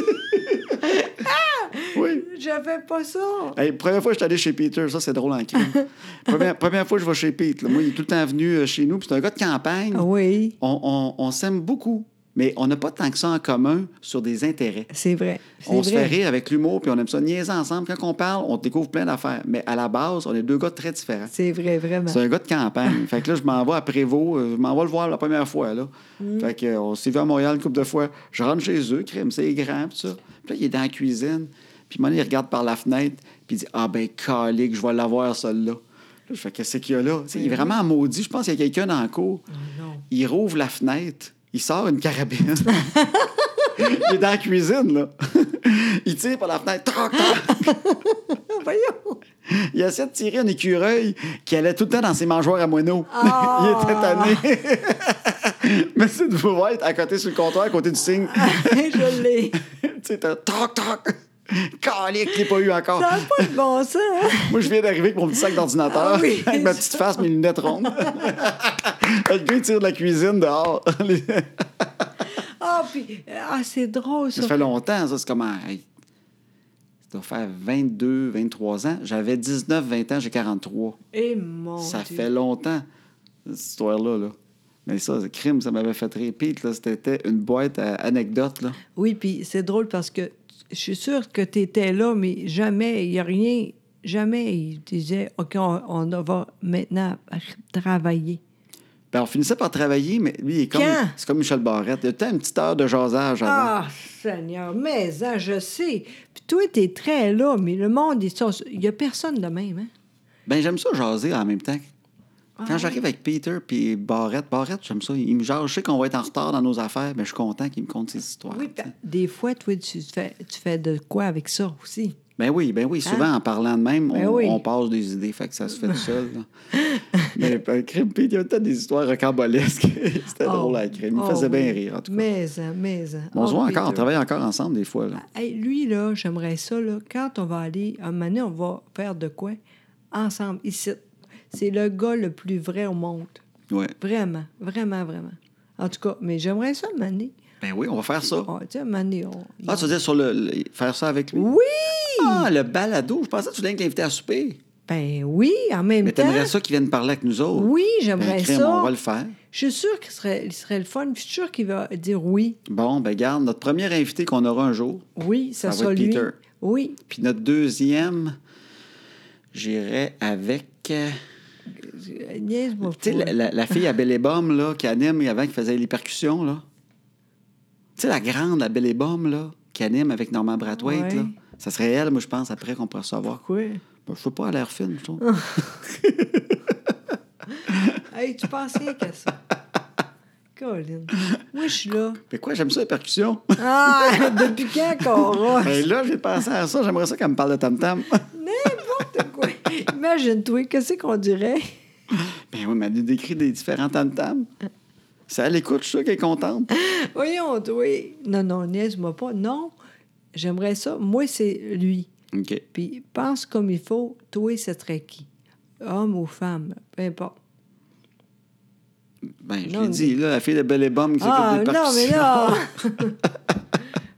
A: oui.
B: J'avais pas ça.
A: Hey, première fois que je suis allé chez Peter, ça c'est drôle en crime. première, première fois que je vais chez Pete, là. moi il est tout le temps venu euh, chez nous, puis c'est un gars de campagne.
B: Ah oui,
A: On, on- on s'aime beaucoup, mais on n'a pas tant que ça en commun sur des intérêts.
B: c'est vrai. C'est
A: On se fait
B: vrai.
A: rire avec l'humour, puis on aime ça niaiser ensemble. Quand on parle, on découvre plein d'affaires. Mais à la base, on est deux gars très différents.
B: C'est vrai, vraiment.
A: C'est un gars de campagne. fait que là, je m'en vais à Prévost. euh, Je m'en vais le voir la première fois, là. Fait que, euh, on s'est vu à Montréal une couple de fois. Je rentre chez eux, crème, c'est grand, puis ça. Puis là, il est dans la cuisine. Puis maintenant, il regarde par la fenêtre, puis il dit « Ah ben, calique, je vais l'avoir, celle-là. » Là, Je fais « Qu'est-ce qu'il y a là? » Tu sais, Il est vraiment maudit. Je pense qu'il y a quelqu'un dans la cour.
B: Ah non.
A: Il rouvre la fenêtre. Il sort une carabine. il est dans la cuisine, là. il tire par la fenêtre. Toc, toc.
B: Voyons.
A: Il essaie de tirer un écureuil qui allait tout le temps dans ses mangeoires à moineaux.
B: Ah!
A: il était tanné. Mais c'est de vous voir être à côté sur le comptoir, à côté du signe.
B: je l'ai.
A: tu sais, t'as toc, toc. Calique, je l'ai pas eu encore.
B: Ça n'a pas de bon sens. hein?
A: Moi, je viens d'arriver avec mon petit sac d'ordinateur,
B: Ah oui.
A: avec ma petite face, mes lunettes rondes. le gars, il tire de la cuisine dehors. Les-
B: Ah, puis, ah, c'est drôle, ça.
A: Ça fait longtemps, ça. C'est comme. un- hey, Ça doit faire 22, 23 ans. J'avais 19, 20 ans, j'ai 43.
B: Et Oh Eh, mon
A: ça
B: Dieu.
A: fait longtemps, cette histoire-là. Là. Mais ça, le crime, ça m'avait fait rire. Pete, là, c'était une boîte à anecdotes. Là.
B: Oui, puis c'est drôle parce que je suis sûre que tu étais là, mais jamais, il n'y a rien, jamais il disait OK, on, on va maintenant travailler.
A: Ben, on finissait par travailler, mais lui, il est comme,
B: Quand?
A: c'est comme Michel Barrette. Il y a tout le temps une petite heure de jasage avant.
B: Ah, Seigneur, mais hein, je sais. Puis toi, tu es très là, mais le monde, ils sont- il n'y a personne de même. Hein?
A: Ben, j'aime ça jaser en même temps.
B: Ah
A: Quand j'arrive avec Peter puis Barrette, Barrette, j'aime ça. Il me jase. Je sais qu'on va être en retard dans nos affaires, mais je suis content qu'il me conte ses histoires.
B: Oui,
A: tu sais.
B: puis des fois, toi, tu fais, tu fais de quoi avec ça aussi?
A: Ben oui, ben oui. Souvent, en parlant de même, on,
B: Hein? Ben oui.
A: on passe des idées, fait que ça se fait tout seul. là. Mais euh, crime, Pete, il y a peut-être des histoires rocambolesques. C'était
B: Oh,
A: drôle à crime. Il me
B: oh,
A: faisait
B: oui.
A: bien rire, en tout cas.
B: Mais, hein, mais. hein.
A: On se
B: Oh,
A: voit encore, on
B: Peter.
A: travaille encore ensemble des fois. Là.
B: Hey, lui, là, j'aimerais ça, là, quand on va aller, un moment donné, on va faire de quoi? Ensemble, ici. C'est le gars le plus vrai au monde.
A: Ouais.
B: Vraiment, vraiment, vraiment. En tout cas, mais j'aimerais ça, Mané.
A: Ben oui, on va faire ça.
B: Tu sais, Mané, on...
A: Ah, tu veux dire sur le, le- faire ça avec lui?
B: Oh, Oui!
A: Ah, le balado. Je pensais que tu voulais l'inviter à souper.
B: Ben oui, en même
A: Mais
B: temps.
A: t'aimerais ça qu'il vienne parler avec nous autres?
B: Oui,
A: Ben,
B: j'aimerais
A: crime,
B: ça.
A: On va le faire.
B: Je suis sûre qu'il serait, il serait le fun. Je suis sûre qu'il va dire oui.
A: Bon, ben garde, notre premier invité qu'on aura un jour,
B: Oui, ça,
A: Ça va
B: sera
A: être
B: lui.
A: Ah Peter.
B: Oui,
A: puis notre deuxième, j'irai avec... euh,
B: Euh, niaise-moi
A: Tu sais,
B: pas.
A: la, la- la fille à Belle et Bomme, là, qui anime avant qui faisait les percussions, là. Tu sais, la grande à Belle et Bomme, là, qui anime avec Norman Brathwaite,
B: Ouais.
A: là. Ça serait elle, moi, je pense, après qu'on pourrait savoir.
B: Pourquoi?
A: Ben, je sais pas, elle a l'air fine, je trouve.
B: Ah. Hey, tu penses rien qu'à ça. Colin. Moi, je suis là.
A: Mais quoi, j'aime ça, les percussions?
B: Ah, depuis quand qu'on roche?
A: ben là, j'ai pensé à ça, j'aimerais ça qu'elle me parle de tam-tam.
B: N'importe quoi. Imagine-toi, qu'est-ce qu'on dirait?
A: ben oui, mais elle nous décrit des différents tam-tams. Ça, elle écoute, je suis sûr qu'elle est contente.
B: Voyons, toi. Non, non, niaise-moi pas. Non, j'aimerais ça. Moi, c'est lui.
A: OK.
B: Puis pense comme il faut. Toi, ce serait qui? Homme ou femme, peu importe.
A: Ben, je
B: Non,
A: l'ai dit, là, la fille de Belle et Bomme qui s'occupe
B: Ah,
A: des
B: non, mais
A: percussions.
B: là!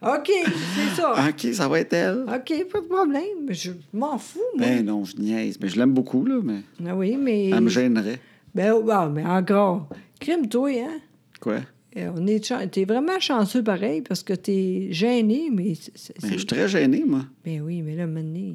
B: OK, c'est ça.
A: Ah, OK, ça va être elle.
B: OK, pas de problème. Je m'en fous, moi.
A: Ben non, je niaise. Mais je l'aime beaucoup, là, mais
B: Ah oui, mais.
A: elle me gênerait.
B: Ben, oh, bon, mais encore. Crime, toi, hein?
A: Quoi?
B: Euh, On est chan- T'es vraiment chanceux pareil parce que t'es gêné, mais. c'est- c'est-
A: Ben, je suis très gêné, moi.
B: Ben oui, mais là, maintenant.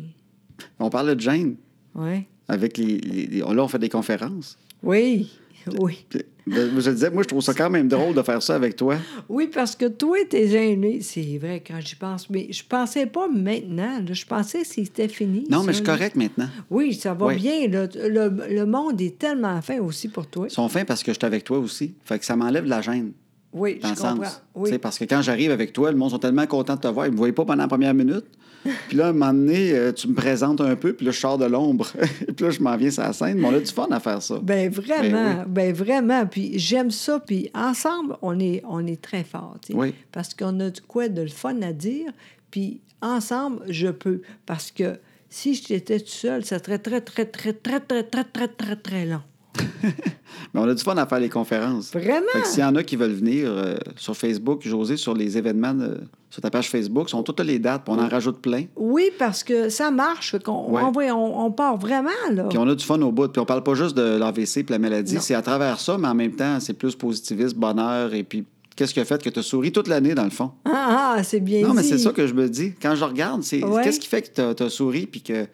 A: On parlait de gêne.
B: Ouais.
A: Avec les, les- les- Là, on fait des conférences.
B: Oui, oui.
A: Puis, ben, je disais, moi, je trouve ça quand même drôle de faire ça avec toi.
B: Oui, parce que toi, t'es gêné. C'est vrai, quand j'y pense. Mais je pensais pas maintenant. là. Je pensais que c'était fini.
A: Non, mais
B: ça,
A: je suis
B: là.
A: correct maintenant.
B: Oui, ça va
A: Oui.
B: bien. là. Le, le monde est tellement fin aussi pour toi.
A: Ils sont fins parce que je suis avec toi aussi. Fait que ça m'enlève de la gêne.
B: Oui,
A: dans
B: je
A: le sens.
B: comprends. Oui.
A: Tu sais, Parce que quand j'arrive avec toi, le monde sont tellement contents de te voir. Ils ne me voyaient pas pendant la première minute. Puis là, à un moment donné, euh, tu me présentes un peu, puis là, je sors de l'ombre. puis là, je m'en viens sur la scène. Mais on a du fun à faire ça.
B: Ben vraiment, ben, vraiment. Puis j'aime ça. Puis ensemble, on est, on est très forts. tu sais.
A: Oui.
B: Parce qu'on a du quoi de le fun à dire. Puis ensemble, je peux. Parce que si j'étais tout seul, ça serait très, très, très, très, très, très, très, très, très long.
A: Mais on a du fun à faire les conférences.
B: Vraiment?
A: Fait que s'il y en a qui veulent venir euh, sur Facebook, José, sur les événements, de- sur ta page Facebook, sont toutes les dates, puis on en rajoute plein.
B: Oui, parce que ça marche. Fait qu'on
A: Ouais.
B: on, va- on- on part vraiment, là.
A: Puis on a du fun au bout. Puis on parle pas juste de l'AVC puis la maladie. C'est à travers ça, mais en même temps, c'est plus positivisme, bonheur. Et puis, qu'est-ce qui a fait que tu souris toute l'année, dans le fond?
B: Ah, ah, c'est bien
A: Non, mais
B: dit.
A: c'est ça que je me dis. Quand je regarde, c'est
B: Ouais.
A: qu'est-ce qui fait que tu as souri puis que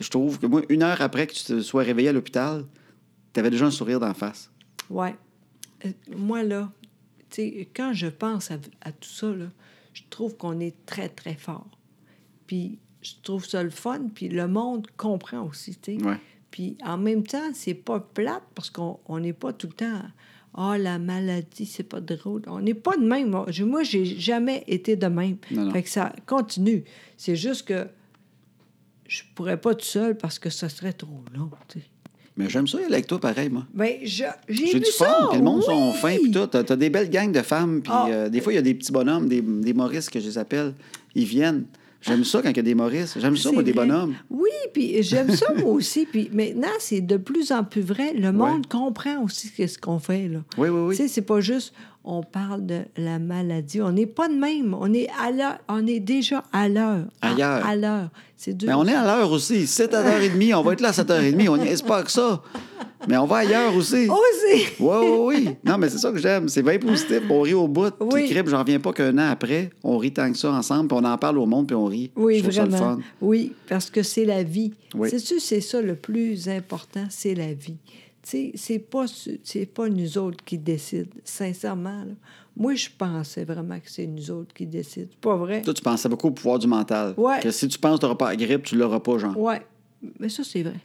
A: je trouve que moi, une heure après que tu te sois réveillé à l'hôpital, tu avais déjà un sourire d'en face.
B: Ouais. Euh, moi, là, tu sais, quand je pense à, à tout ça, là, je trouve qu'on est très, très fort. Puis je trouve ça le fun, puis le monde comprend aussi, tu sais.
A: Ouais.
B: Puis en même temps, c'est pas plate parce qu'on on n'est pas tout le temps. Ah, la maladie, c'est pas drôle. On n'est pas de même. Moi, j'ai- Moi, j'ai jamais été de même.
A: Non, non.
B: Fait que ça continue. C'est juste que je pourrais pas tout seul parce que ce serait trop long, tu sais.
A: Mais j'aime ça, aller avec toi, pareil, moi.
B: Ben, je- j'ai
A: J'ai
B: vu
A: du fun,
B: ça.
A: puis le monde
B: oui!
A: sont fins, puis tout. T'as t'as des belles gangs de femmes, puis
B: Ah.
A: euh, des fois, il y a des petits bonhommes, des, des Maurice que je les appelle, ils viennent. J'aime ça quand il y a des Maurice. J'aime ça,
B: C'est
A: moi, des
B: vrai.
A: bonhommes.
B: Oui, puis j'aime ça, moi aussi. Puis maintenant, c'est de plus en plus vrai. Le monde comprend aussi ce qu'on fait, là.
A: Oui, oui, oui.
B: Tu sais, c'est pas juste on parle de la maladie. On n'est pas de même. On est à l'heure. On est déjà à l'heure. À-
A: Ailleurs.
B: À, l'heure. C'est dur.
A: Mais on est à l'heure aussi. 7 à 7h30, on va être là à 7h30. On n'y pas que ça. Mais on va ailleurs aussi.
B: Oh, c'est-
A: Oui, oui, oui. Non, mais c'est ça que j'aime. C'est bien positif. On rit au bout. Puis
B: Oui.
A: crime, j'en reviens pas qu'un an après, on rit tant que ça ensemble, puis on en parle au monde, puis on rit.
B: Oui,
A: Je trouve
B: vraiment.
A: ça le fun.
B: Oui, parce que c'est la vie.
A: Oui.
B: Sais-tu, c'est ça le plus important, c'est la vie. Tu sais, c'est pas, su- c'est pas nous autres qui décident, sincèrement. là. Moi, je pensais vraiment que c'est nous autres qui décident. Pas vrai?
A: Toi, tu pensais beaucoup au pouvoir du mental.
B: Ouais.
A: Que si tu penses que tu n'auras pas la grippe, tu l'auras pas, genre.
B: Ouais. Mais ça, c'est vrai.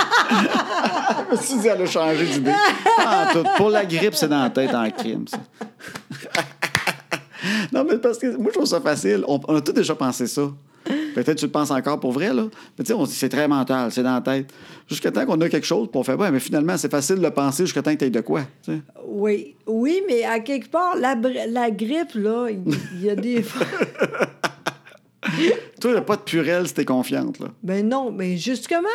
A: Je me suis dit, elle a changé d'idée. Ah, tout. Pour la grippe, c'est dans la tête en crime, ça. non, mais parce que moi, je trouve ça facile. On, on a tous déjà pensé ça. Peut-être que tu le penses encore pour vrai, là. Mais tu sais, on se dit, c'est très mental, c'est dans la tête. Jusqu'à temps qu'on a quelque chose, puis on fait, ouais, mais finalement, c'est facile de le penser jusqu'à temps que tu aies de quoi. tu sais.
B: Oui, oui, mais à quelque part, la, bri- la grippe, là, il il y a des...
A: Toi, il a pas de purelle si t'es confiante, là.
B: Ben non, mais justement,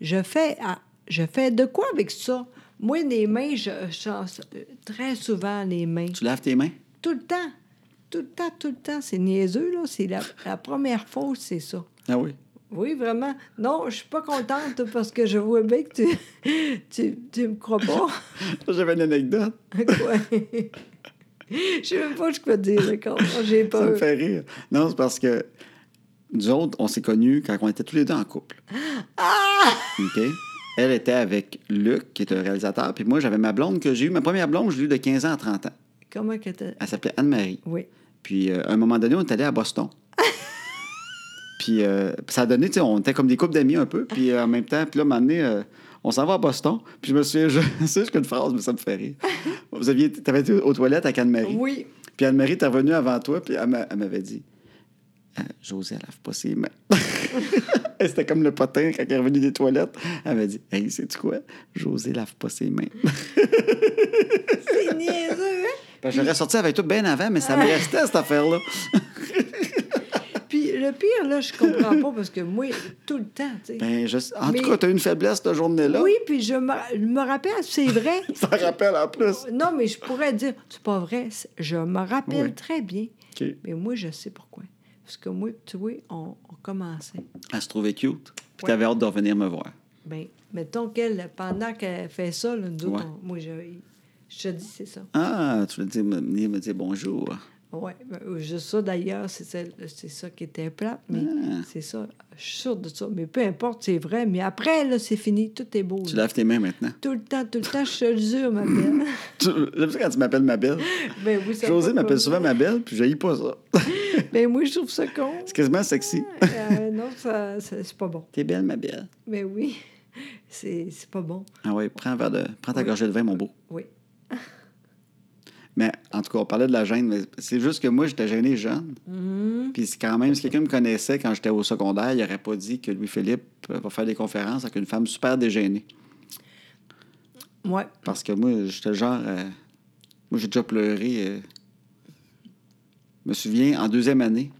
B: je fais, ah, je fais de quoi avec ça? Moi, les mains, je chasse euh, très souvent les mains.
A: Tu laves tes mains?
B: Tout le temps. Tout le temps, tout le temps. C'est niaiseux, là. C'est la, la première fois, c'est ça.
A: Ah oui.
B: Oui, vraiment. Non, je suis pas contente parce que je vois bien que tu, tu, tu me crois pas.
A: J'avais une anecdote.
B: Quoi? Je sais même pas ce que je peux dire, d'accord? J'ai
A: Ça me
B: peur.
A: fait rire. Non, c'est parce que nous autres, on s'est connus quand on était tous les deux en couple. OK? Elle était avec Luc, qui est un réalisateur, puis moi, j'avais ma blonde que j'ai eue. Ma première blonde, je l'ai eue de 15 ans à 30 ans.
B: Comment que t'as...
A: Elle s'appelait Anne-Marie.
B: Oui.
A: Puis, euh, à un moment donné, on est allé à Boston. puis, euh, ça a donné, tu sais, on était comme des couples d'amis un peu. Puis, euh, en même temps, puis là, à un moment donné, euh, on s'en va à Boston. Puis, je me souviens, je sais juste qu'une phrase, mais ça me fait rire. Vous aviez, t'avais été aux toilettes avec Anne-Marie.
B: Oui.
A: Puis Anne-Marie était revenue avant toi, puis elle m'a- elle m'avait dit Euh, Josée, elle lave pas ses mains. Et C'était comme le potin quand elle est revenue des toilettes. Elle m'a dit Hey, sais-tu quoi Josée lave pas ses mains.
B: C'est niaiseux, hein?
A: Parce que Ben, J'aurais sorti avec toi bien avant, mais ça me restait cette affaire-là.
B: Puis le pire, là, je comprends pas parce que moi, tout le temps, tu sais.
A: Ben, je- En
B: Mais-
A: tout cas, t'as eu une faiblesse cette journée-là.
B: oui, puis je me, je me rappelle, c'est vrai.
A: Ça rappelle en plus.
B: non, mais je pourrais dire, c'est pas vrai, c'est- je me rappelle
A: Oui.
B: très bien.
A: OK.
B: Mais moi, je sais pourquoi. Parce que moi, tu vois, on, on commençait.
A: Elle se trouvait cute, puis
B: Ouais.
A: t'avais hâte de revenir me voir.
B: Ben, mettons qu'elle, pendant qu'elle fait ça, là, nous autres,
A: Ouais.
B: on- moi, je, je te dis, c'est ça.
A: Ah, tu veux dire, me- venir me dire bonjour.
B: Oui, ben, juste ça d'ailleurs, c'est ça, c'est ça qui était plate, mais
A: Ah.
B: c'est ça, je suis sûre de ça. Mais peu importe, c'est vrai, mais après, là, c'est fini, tout est beau.
A: Tu
B: là.
A: laves tes mains maintenant.
B: Tout le temps, tout le temps, je te le jure, ma belle.
A: Tu- J'aime ça quand tu m'appelles ma belle.
B: Ben oui, ça
A: Josée
B: va pas
A: m'appelle
B: bien.
A: souvent ma belle, puis je pas ça.
B: Ben oui, je trouve ça con.
A: C'est quasiment sexy.
B: Euh, non, ça, ça- c'est pas bon.
A: T'es belle, ma belle.
B: Ben oui, c'est c'est pas bon.
A: Ah ouais, prends, un verre de... prends ta gorgée de vin, mon beau.
B: Oui.
A: Mais en tout cas, on parlait de la gêne, mais c'est juste que moi, j'étais gêné jeune. Puis c'est quand même, si quelqu'un me connaissait quand j'étais au secondaire, il n'aurait pas dit que Louis-Philippe euh, va faire des conférences avec une femme super dégênée.
B: Ouais.
A: Parce que moi, j'étais le genre. euh, moi, j'ai déjà pleuré. euh. Je me souviens, en deuxième année.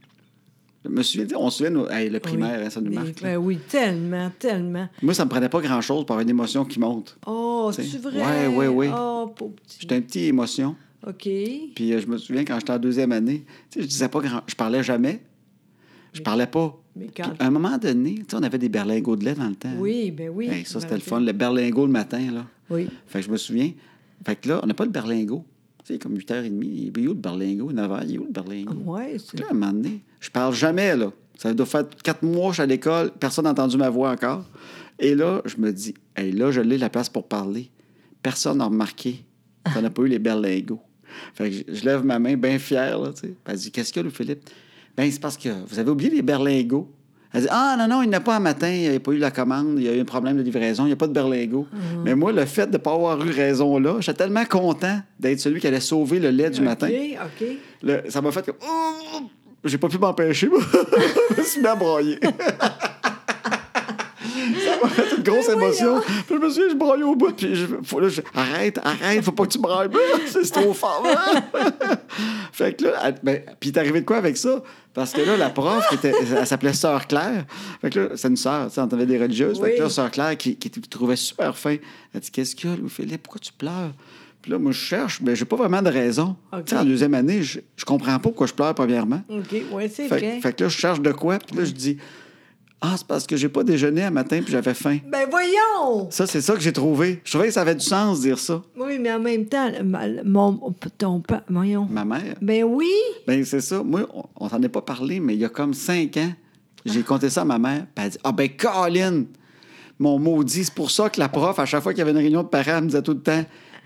A: Je me souviens, on se souvient, nous- hey, le primaire,
B: Oui.
A: hein, ça nous
B: Mais-
A: marque. là.
B: ben oui, tellement, tellement.
A: Moi, ça me prenait pas grand-chose pour avoir une émotion qui monte.
B: Oh,
A: T'sais.
B: c'est
A: Ouais,
B: vrai?
A: ouais, ouais.
B: Oh, pauvre petit.
A: J'étais un petit émotion.
B: OK.
A: Puis euh, je me souviens, quand j'étais en deuxième année, tu sais, je disais pas grand... Je parlais jamais. Je parlais pas.
B: Mais
A: Puis,
B: quand-
A: à un moment donné, tu sais, on avait des berlingots de lait dans le temps.
B: Oui, ben oui.
A: hein. Hey,
B: je
A: ça,
B: me
A: c'était le fun,
B: rappelle.
A: le berlingot le matin, là.
B: Oui.
A: Fait que je me souviens. Fait que là, on n'a pas le berlingot. Tu sais, comme 8h30, il est où le berlingot? 9h, il est où le berlingot?
B: Ah, Ouais,
A: Fait
B: c'est...
A: que là, à un moment donné, je parle jamais, là. Ça doit faire quatre mois, je suis à l'école, personne n'a entendu ma voix encore. Et là, je me dis, hey, là, je l'ai la place pour parler. Personne n'a remarqué qu'on n'a pas eu les berlingots. Fait que je, je lève ma main bien fière, là, tu sais. Elle dit, qu'est-ce qu'il y a, Louis-Philippe? Ben, c'est parce que vous avez oublié les berlingots. Elle dit, ah, non, non, il n'y en a pas un matin, il n'y a pas eu la commande, il y a eu un problème de livraison, il n'y a pas de berlingots. Mais moi, le fait de ne pas avoir eu raison là, j'étais tellement content d'être celui qui allait sauver le lait du matin.
B: OK, OK.
A: Là, ça m'a fait comme. Oh! J'ai pas pu m'empêcher, moi. je me suis mis à broyer. ça m'a fait une grosse émotion. Puis je me suis dit, je broyais au bout. Puis je, faut- là, je- arrête, arrête, faut pas que tu brailles. C'est c'est trop fort. hein. fait que là, elle- ben, puis t'es arrivé de quoi avec ça? Parce que là, la prof, qui était- elle s'appelait Sœur Claire. Fait que là, c'est une sœur, tu sais, on avait des religieuses. Fait que
B: Oui.
A: là, Sœur Claire, qui, qui te trouvait super fin, elle dit, qu'est-ce qu'il y a, Louis-Philippe? Pourquoi tu pleures? Puis là, moi, je cherche, mais j'ai pas vraiment de raison.
B: OK.
A: Tu sais, en deuxième année, je, je comprends pas pourquoi je pleure, premièrement.
B: OK, ouais, c'est
A: Fait,
B: vrai.
A: fait que là, je cherche de quoi, puis là, je dis Ah, c'est parce que j'ai pas déjeuné à matin, puis j'avais faim.
B: Ben voyons!
A: Ça, c'est ça que j'ai trouvé. Je trouvais que ça avait du sens dire ça.
B: Oui, mais en même temps, le- ma- mon, ton pa- voyons.
A: Ma mère.
B: Ben oui!
A: Ben, c'est ça. Moi, on, on s'en est pas parlé, mais il y a comme cinq ans, j'ai compté ça à ma mère, puis elle dit Ah, ben, Colin, mon maudit, c'est pour ça que la prof, à chaque fois qu'il y avait une réunion de parents, elle me disait tout le temps.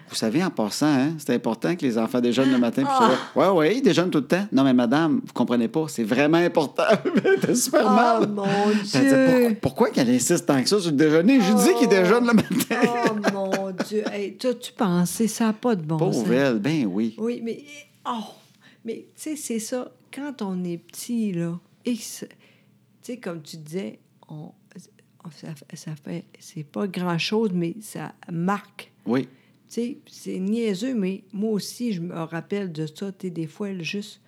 A: Vous savez, en passant, hein, c'est important que les enfants déjeunent le matin.
B: Ah.
A: Puis je disais, ouais, ouais, ils déjeunent tout le temps. Non, mais madame, vous comprenez pas, c'est vraiment important. T'es super
B: Oh,
A: mal.
B: mon
A: Puis elle disait,
B: Dieu. Ah.
A: pourquoi, pourquoi qu'elle insiste tant que ça sur le déjeuner? Je dis qu'il déjeune le matin.
B: Oh mon Dieu! Hey, T'as-tu pensé? Ça n'a pas de bon sens.
A: Pauvre elle, ben oui.
B: Oui, mais. Oh! Mais, tu sais, c'est ça. Quand on est petit, là, et que c'est- tu sais, comme tu disais, on, on- ça, ça fait. C'est pas grand-chose, mais ça marque.
A: Oui.
B: Tu sais, c'est niaiseux, mais moi aussi, je me rappelle de ça. Tu sais, des fois, juste.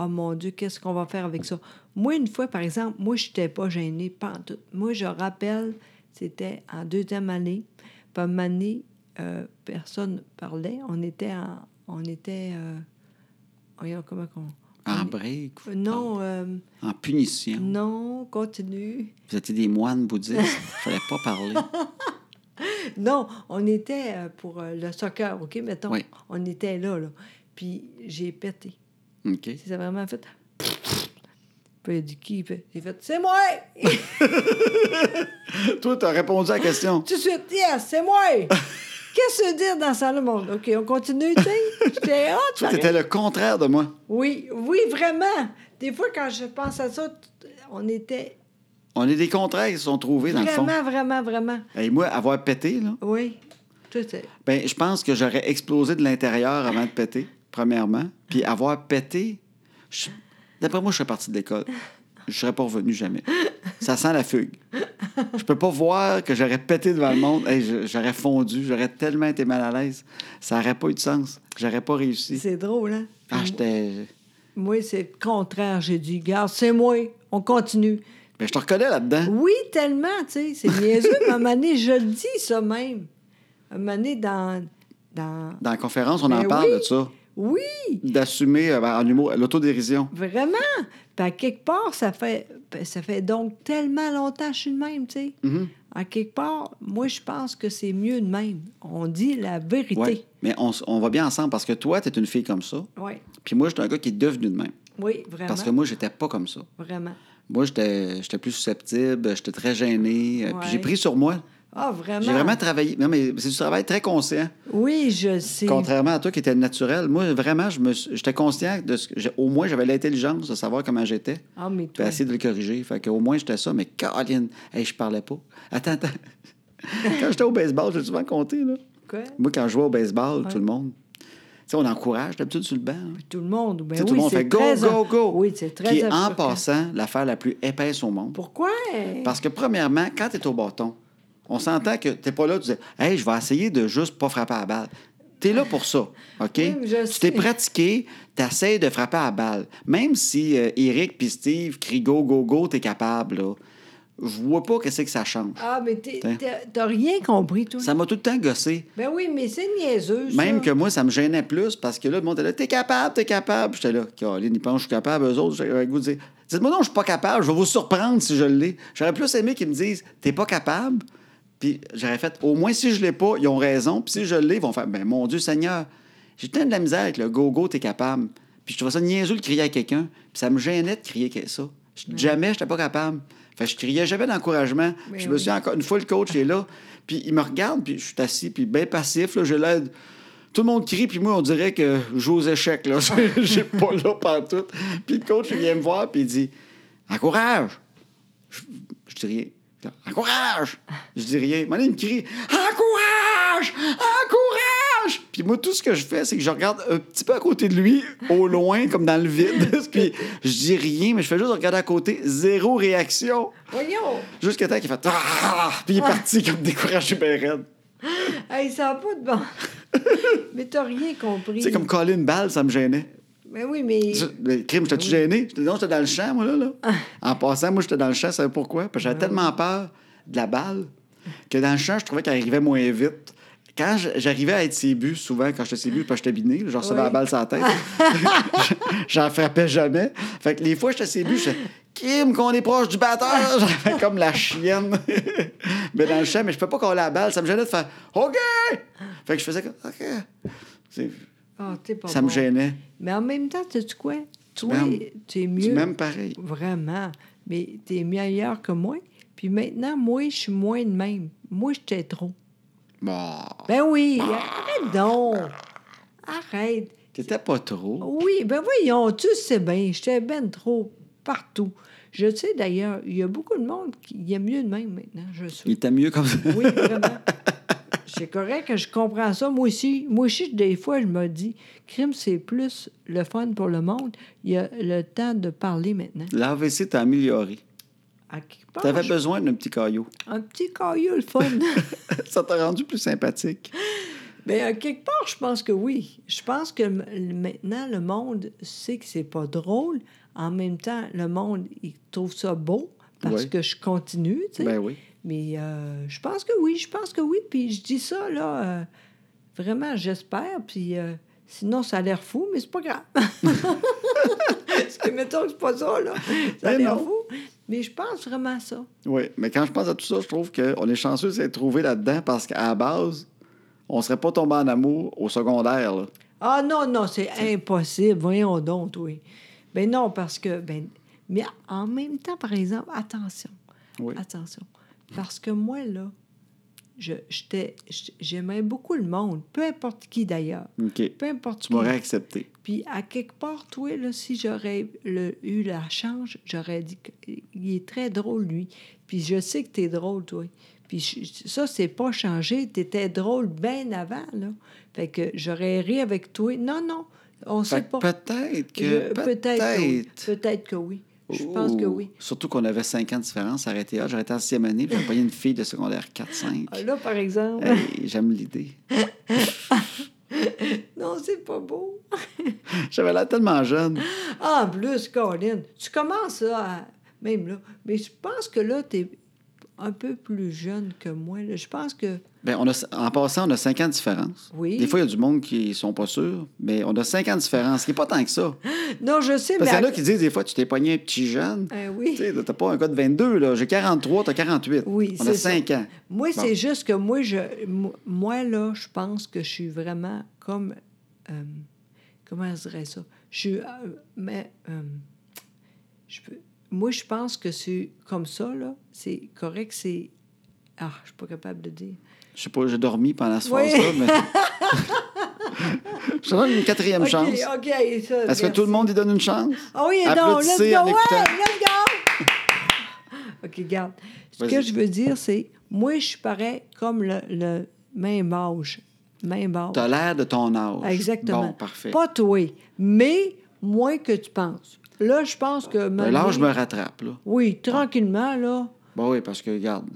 B: Oh mon Dieu, qu'est-ce qu'on va faire avec ça? Moi, une fois, par exemple, moi, je n'étais pas gênée, pas en tout. Moi, je rappelle, c'était en deuxième année. Pas une année, euh, personne parlait. On était en. On était. euh, voyons, comment qu'on.
A: En break. vous
B: Non, euh,
A: parlez. En punition.
B: non, continue.
A: Vous étiez des moines bouddhistes. fallait pas parler.
B: Non, on était euh, pour euh, le soccer, OK, mettons.
A: Oui.
B: On était là, là. Puis j'ai pété.
A: OK.
B: Ça a vraiment fait. Puis il a dit qui? Puis il a fait C'est moi!
A: Toi, t'as répondu à la question.
B: Tout de suite, yes, c'est moi! Qu'est-ce que ça veut dire dans ça le monde? OK, on continue, tu sais? J'étais Ah, tu
A: Toi,
B: parais-
A: t'étais le contraire de moi.
B: Oui, oui, vraiment. Des fois, quand je pense à ça, t- on était
A: On est des contraires qui se sont trouvés, dans le fond.
B: vraiment, vraiment, vraiment.
A: Et moi, avoir pété, là,
B: Oui. Tout est-
A: ben, je pense que j'aurais explosé de l'intérieur avant de péter, premièrement. Puis avoir pété, je- d'après moi, je serais parti de l'école. Je serais pas revenu jamais. Ça sent la fugue. Je peux pas voir que j'aurais pété devant le monde. Hey, je- j'aurais fondu. J'aurais tellement été mal à l'aise. Ça aurait pas eu de sens. J'aurais pas réussi.
B: C'est drôle, hein?
A: Ah, j'étais.
B: Moi, c'est le contraire. J'ai dit, garde, c'est moi, on continue.
A: Mais ben, je te reconnais là-dedans.
B: Oui, tellement, tu sais. C'est niaiseux, mais à un moment donné, je le dis, ça même. À un moment donné, dans. dans...
A: Dans la conférence, on en
B: Ben
A: parle
B: oui.
A: de ça.
B: Oui,
A: D'assumer euh, ben, en humour l'autodérision.
B: vraiment. Puis à quelque part, ça fait, ben, ça fait donc tellement longtemps que je suis de même, tu sais.
A: Mm-hmm.
B: À quelque part, moi, je pense que c'est mieux de même. On dit la
A: Ouais.
B: vérité.
A: Mais on, s- on va bien ensemble parce que toi, t'es une fille comme ça.
B: Ouais.
A: Puis moi, j'étais un gars qui est devenu de même.
B: Oui, vraiment.
A: Parce que moi, j'étais pas comme ça.
B: Vraiment.
A: Moi, j'étais j'étais plus susceptible, j'étais très gêné. euh, Puis
B: Ouais.
A: j'ai pris sur moi.
B: Ah, vraiment.
A: J'ai vraiment travaillé. Non, mais c'est du travail très conscient.
B: Oui, je sais.
A: Contrairement à toi qui était naturel, moi, vraiment, je me suis- j'étais conscient de ce que. j'ai- Au moins, j'avais l'intelligence de savoir comment j'étais.
B: Ah, mais
A: Puis
B: toi.
A: essayer de le corriger. Fait que, au moins, j'étais ça. Mais Caroline, hey, je parlais pas. Attends, attends. Quand j'étais au baseball, j'ai souvent compté, là.
B: Quoi?
A: Moi, quand je jouais au baseball, tout le monde, sais, on encourage d'habitude sur le banc. hein.
B: Tout le monde. Ben
A: Tu sais,
B: oui,
A: tout le monde
B: c'est
A: fait go,
B: très
A: go,
B: ab-
A: go.
B: Oui, c'est très
A: Qui est en
B: absurde.
A: passant l'affaire la plus épaisse au monde.
B: Pourquoi?
A: Parce que, premièrement, quand tu es au bâton, on s'entend que tu pas là, tu dis Hey, je vais essayer de juste pas frapper à la balle. Tu es là pour ça. OK?
B: Oui, mais je
A: tu t'es
B: sais.
A: pratiqué, tu essaies de frapper à la balle. Même si euh, Eric puis Steve crient go, go, go, tu es capable. là. Je vois pas qu'est-ce que ça change.
B: Ah, mais t'es-
A: Tiens.
B: t'as t'as rien compris, toi.
A: Ça m'a tout le temps gossé.
B: Ben oui, mais c'est niaiseux, ça.
A: Même que moi, ça me gênait plus parce que là, le monde était là, t'es capable, t'es capable. J'étais là, Caroline, ils pensent que je suis capable, eux autres, j'avais le goût de dire, dites-moi non, je suis pas capable, je vais vous surprendre si je l'ai. J'aurais plus aimé qu'ils me disent, t'es pas capable. Puis j'aurais fait, au moins si je l'ai pas, ils ont raison. Puis si je l'ai, ils vont faire, ben mon Dieu Seigneur, j'ai tellement de la misère avec le go-go, t'es capable. Puis je trouvais ça niaiseux de crier à quelqu'un. Puis ça me gênait de crier que- ça. Je- Jamais, j'étais pas capable. Fait que je criais jamais d'encouragement.
B: Mais
A: Je me
B: oui.
A: suis encore une fois, le coach est là, puis il me regarde, puis je suis assis, puis bien passif, là, je l'aide. Tout le monde crie, puis moi, on dirait que je joue aux échecs, là. J'ai pas là partout. Puis le coach, il vient me voir, puis il dit Encourage Je, je dis rien. Il dit, Encourage Je dis rien. Maintenant, il me crie Encourage Encourage Puis moi, tout ce que je fais, c'est que je regarde un petit peu à côté de lui, au loin, comme dans le vide. puis je dis rien, mais je fais juste regarder à côté, zéro réaction.
B: Voyons!
A: Jusqu'à temps qu'il fait Ah! Puis il est parti comme découragé, ben raide.
B: Hey, ça n'a pas de bon. mais t'as rien compris.
A: Tu sais, comme coller une balle, ça me gênait.
B: Ben oui, mais...
A: Je- le crime, j'étais-tu gêné? J'étais- Non, j'étais dans le champ, moi, là. là.
B: Ah.
A: En passant, moi, j'étais dans le champ, savais pourquoi? Parce que j'avais tellement peur de la balle que dans le champ, je trouvais qu'elle arrivait moins vite. Quand je- j'arrivais à être ses buts, souvent, quand j'étais ses buts, parce que j'étais biné, je recevais
B: Oui.
A: la balle sur la tête. J'en frappais jamais. Fait que les fois, j'étais ses buts, je Kim, qu'on est proche du batteur! J'avais comme la chienne. mais dans le champ, mais je peux pas coller la balle. Ça me gênait de faire OK! Fait que je faisais comme OK. C'est-
B: Ah, t'es pas
A: Ça me
B: bon.
A: gênait.
B: Mais en même temps, sais-tu quoi? Toi,
A: m'aimes.
B: tu es
A: Tu
B: mieux.
A: m'aimes pareil.
B: Vraiment. Mais tu es meilleur que moi. Puis maintenant, moi, je suis moins de même. Moi, je t'ai trop.
A: Bon.
B: Ben oui, arrête donc. Arrête.
A: T'étais pas trop.
B: Oui, ben voyons, tu sais bien, j'étais ben trop partout. Je sais d'ailleurs, il y a beaucoup de monde qui aime mieux de même maintenant, je
A: Il
B: suis.
A: était mieux comme ça.
B: Oui, vraiment. C'est correct que je comprends ça. Moi aussi, moi aussi, des fois, je me dis, crime, c'est plus le fun pour le monde. Il y a le temps de parler maintenant.
A: L'AVC t'a amélioré.
B: À quelque part,
A: T'avais
B: Ah, je-
A: besoin d'un petit caillou.
B: un petit caillou, le fun.
A: ça t'a rendu plus sympathique.
B: Mais Ben, à quelque part, je pense que oui. Je pense que m- le- maintenant, le monde sait que c'est pas drôle. En même temps, le monde, il trouve ça beau parce
A: Ouais.
B: que je continue, tu sais.
A: Ben oui.
B: Mais euh, je pense que oui, je pense que oui. Puis je dis ça, là, euh, vraiment, j'espère. Puis euh, sinon, ça a l'air fou, mais c'est pas grave. Parce que, mettons que c'est pas ça, là. Ça a
A: Mais Ben
B: l'air
A: non.
B: fou. Mais je pense vraiment à ça.
A: Oui, mais quand je pense à tout ça, je trouve qu'on est chanceux de s'être trouvé là-dedans parce qu'à la base, on serait pas tombé en amour au secondaire. là.
B: Ah non, non, c'est impossible. Voyons donc, oui. Ben non, parce que... Ben, mais en même temps, par exemple, attention.
A: Oui.
B: Attention. Parce que moi, là, je- j'étais- j'aimais beaucoup le monde, peu importe qui d'ailleurs.
A: OK. Tu
B: Peu importe qui.
A: m'aurais accepté.
B: Puis à quelque part, toi, là, si j'aurais le- eu la chance, j'aurais dit qu'il est très drôle, lui. Puis je sais que t'es drôle, toi. Puis je- ça, c'est pas changé. T'étais drôle bien avant, là. Fait que j'aurais ri avec toi. Non, non, on sait
A: Fait que
B: pas.
A: Peut-être que.
B: Je- que oui.
A: Peut-être.
B: Peut-être que oui. Je pense que
A: Oh.
B: oui.
A: Surtout qu'on avait 5 ans de différence. Ça aurait été hot. J'aurais été en sixième année, puis j'aurais pogné une fille de secondaire 4-5.
B: Ah, Là, par exemple,
A: Hey, J'aime l'idée.
B: non, c'est pas beau.
A: J'avais l'air tellement jeune.
B: Ah, en plus, Colin, tu commences là, à- même là. Mais je pense que là, tu es un peu plus jeune que moi. là. Je pense que.
A: Ben, on a, en passant, on a 5 ans de différence.
B: Oui.
A: Des fois, il y a du monde qui sont pas sûrs, mais on a 5 ans de différence, ce qui n'est pas tant que ça.
B: Non, je sais,
A: Parce qu'il y en
B: Ah, mais.
A: a qui disent des fois, tu t'es pogné un petit jeune.
B: Ah oui.
A: Tu sais, t'as pas un gars de 22, là. J'ai 43, t'as 48.
B: Oui,
A: On
B: c'est
A: a
B: ça.
A: 5 ans.
B: Moi,
A: Bon.
B: c'est juste que moi, je, mo- moi, là, je pense que je suis vraiment comme. euh, comment je dirais ça? Je suis. euh, mais. euh, je peux, moi, je pense que c'est comme ça, là. C'est correct, c'est. Ah, je suis pas capable de dire.
A: Je sais pas, j'ai dormi pendant ce
B: Oui.
A: phase-là, mais. Je te donne une quatrième
B: OK,
A: chance.
B: OK, ça.
A: Est-ce que
B: merci.
A: tout le monde y donne une chance?
B: Ah oui, et donc, let's go,
A: Applaudissez
B: ouais,
A: en écoutant.
B: let's go! OK, garde. Ce
A: Vas-y.
B: que je veux dire, c'est, moi, je parais comme le, le même âge Même bord.
A: T'as l'air de ton âge.
B: Exactement.
A: Bon, parfait.
B: Pas toi, mais moins que tu penses. Là, je pense que...
A: Ben, L'âge me rattrape, là.
B: Oui, tranquillement, là.
A: Bon, oui, parce que, regarde,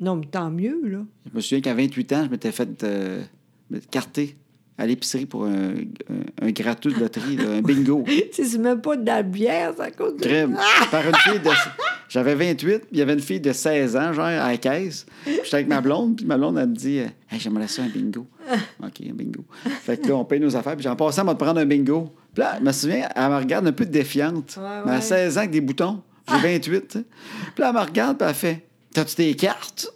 B: Non, mais tant mieux, là.
A: je me souviens qu'à 28 ans, je m'étais fait euh, me- carter à l'épicerie pour un, un, un gratteux de loterie, là, un bingo.
B: Si c'est même pas de la bière, ça coûte...
A: Crème. Par une fille de. J'avais 28, puis il y avait une fille de 16 ans, genre, à la caisse. J'étais avec ma blonde, puis ma blonde, elle me dit euh, Hey, J'aimerais ça un bingo. OK, un bingo. Fait que là, on paye nos affaires, puis j'en passais, elle m'a prendre un bingo. Puis là, je me souviens, elle me regarde un peu défiante.
B: Ouais,
A: Mais à
B: ouais. Ah!
A: 16 ans, avec des boutons, j'ai 28. tu sais. Puis là, elle me regarde, puis elle fait T'as-tu des cartes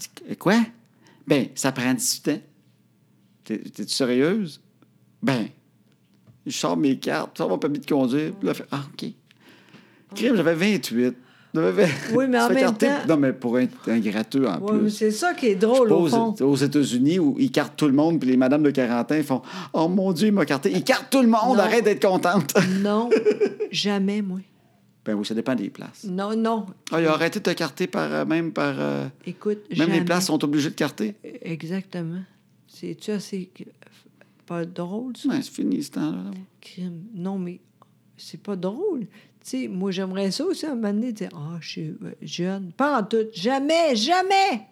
A: Je dis, Quoi Ben, ça prend 18 ans. T'es- T'es-tu sérieuse Ben, je sors mes cartes, je sors mon permis de conduire. Puis là, elle fait Ah, OK. Crime, j'avais 28. J'avais vingt-
B: Oui, mais
A: Tu
B: en
A: fais
B: même
A: carter-
B: temps-
A: Non, mais pour un, un gratteux en
B: Ouais, mais
A: plus.
B: c'est ça qui est drôle, au
A: Pas
B: fond.
A: Aux, aux États-Unis où ils cartent tout le monde, puis les madames de 40 ans font Oh mon Dieu, il m'a carté. Ils cartent tout le monde,
B: Non.
A: arrête d'être contente.
B: Non, jamais, moi.
A: ben oui, ça dépend des places.
B: Non, non.
A: Ah, il a arrêté de te carter par, euh, même par. euh,
B: Écoute,
A: même
B: jamais.
A: les places sont obligées de carter.
B: Exactement. C'est-tu assez... que- Pas drôle, ça?
A: Ben, c'est fini ce temps-là.
B: Crime. Non, mais c'est pas drôle. Tu sais, moi, j'aimerais ça aussi, à un moment donné, dire « Ah, je suis euh, jeune. » Pas en tout. Jamais, jamais!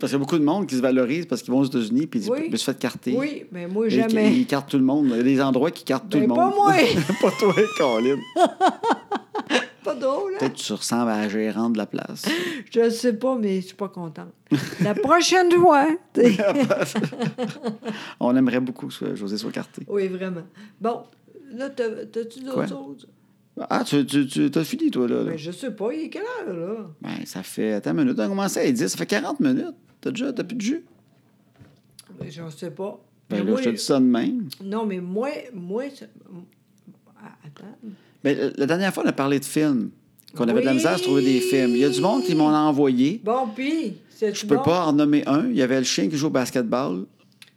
A: Parce qu'il y a beaucoup de monde qui se valorise parce qu'ils vont aux États-Unis, puis ils disent
B: Oui.
A: Je me suis fait carter.
B: Oui, mais moi,
A: Et
B: jamais.
A: Ils, ils cartent tout le monde. Il y a des endroits qui cartent tout
B: Ben,
A: le monde.
B: pas moi!
A: pas toi, Colin.
B: Pas drôle, hein?
A: Peut-être que tu ressembles à la gérante de la place.
B: Je sais pas, mais je suis pas contente. La prochaine fois. t'sais.
A: On aimerait beaucoup que José soit carté.
B: oui, vraiment. Bon, là, t'as- t'as-tu
A: Quoi?
B: d'autres choses?
A: Ah, tu, tu, tu as fini, toi, là. là.
B: Mais je sais pas, il est quelle heure, là?
A: Ben, ça fait. Attends une minute. On a commencé à 10. Ça fait 40 minutes. T'as déjà t'as plus de jus?
B: Mais je sais pas.
A: Ben,
B: Mais
A: là,
B: moi,
A: je te dis ça de même.
B: Non, mais moi, moi, ça- Ah, attends.
A: Mais euh, la dernière fois, on a parlé de films. Qu'on avait de la
B: Oui! Ben,
A: misère à se trouver des films. Il y a du monde qui m'en a envoyé.
B: Bon, puis, c'est
A: Je peux pas en nommer un. Il y avait le chien qui joue au basketball.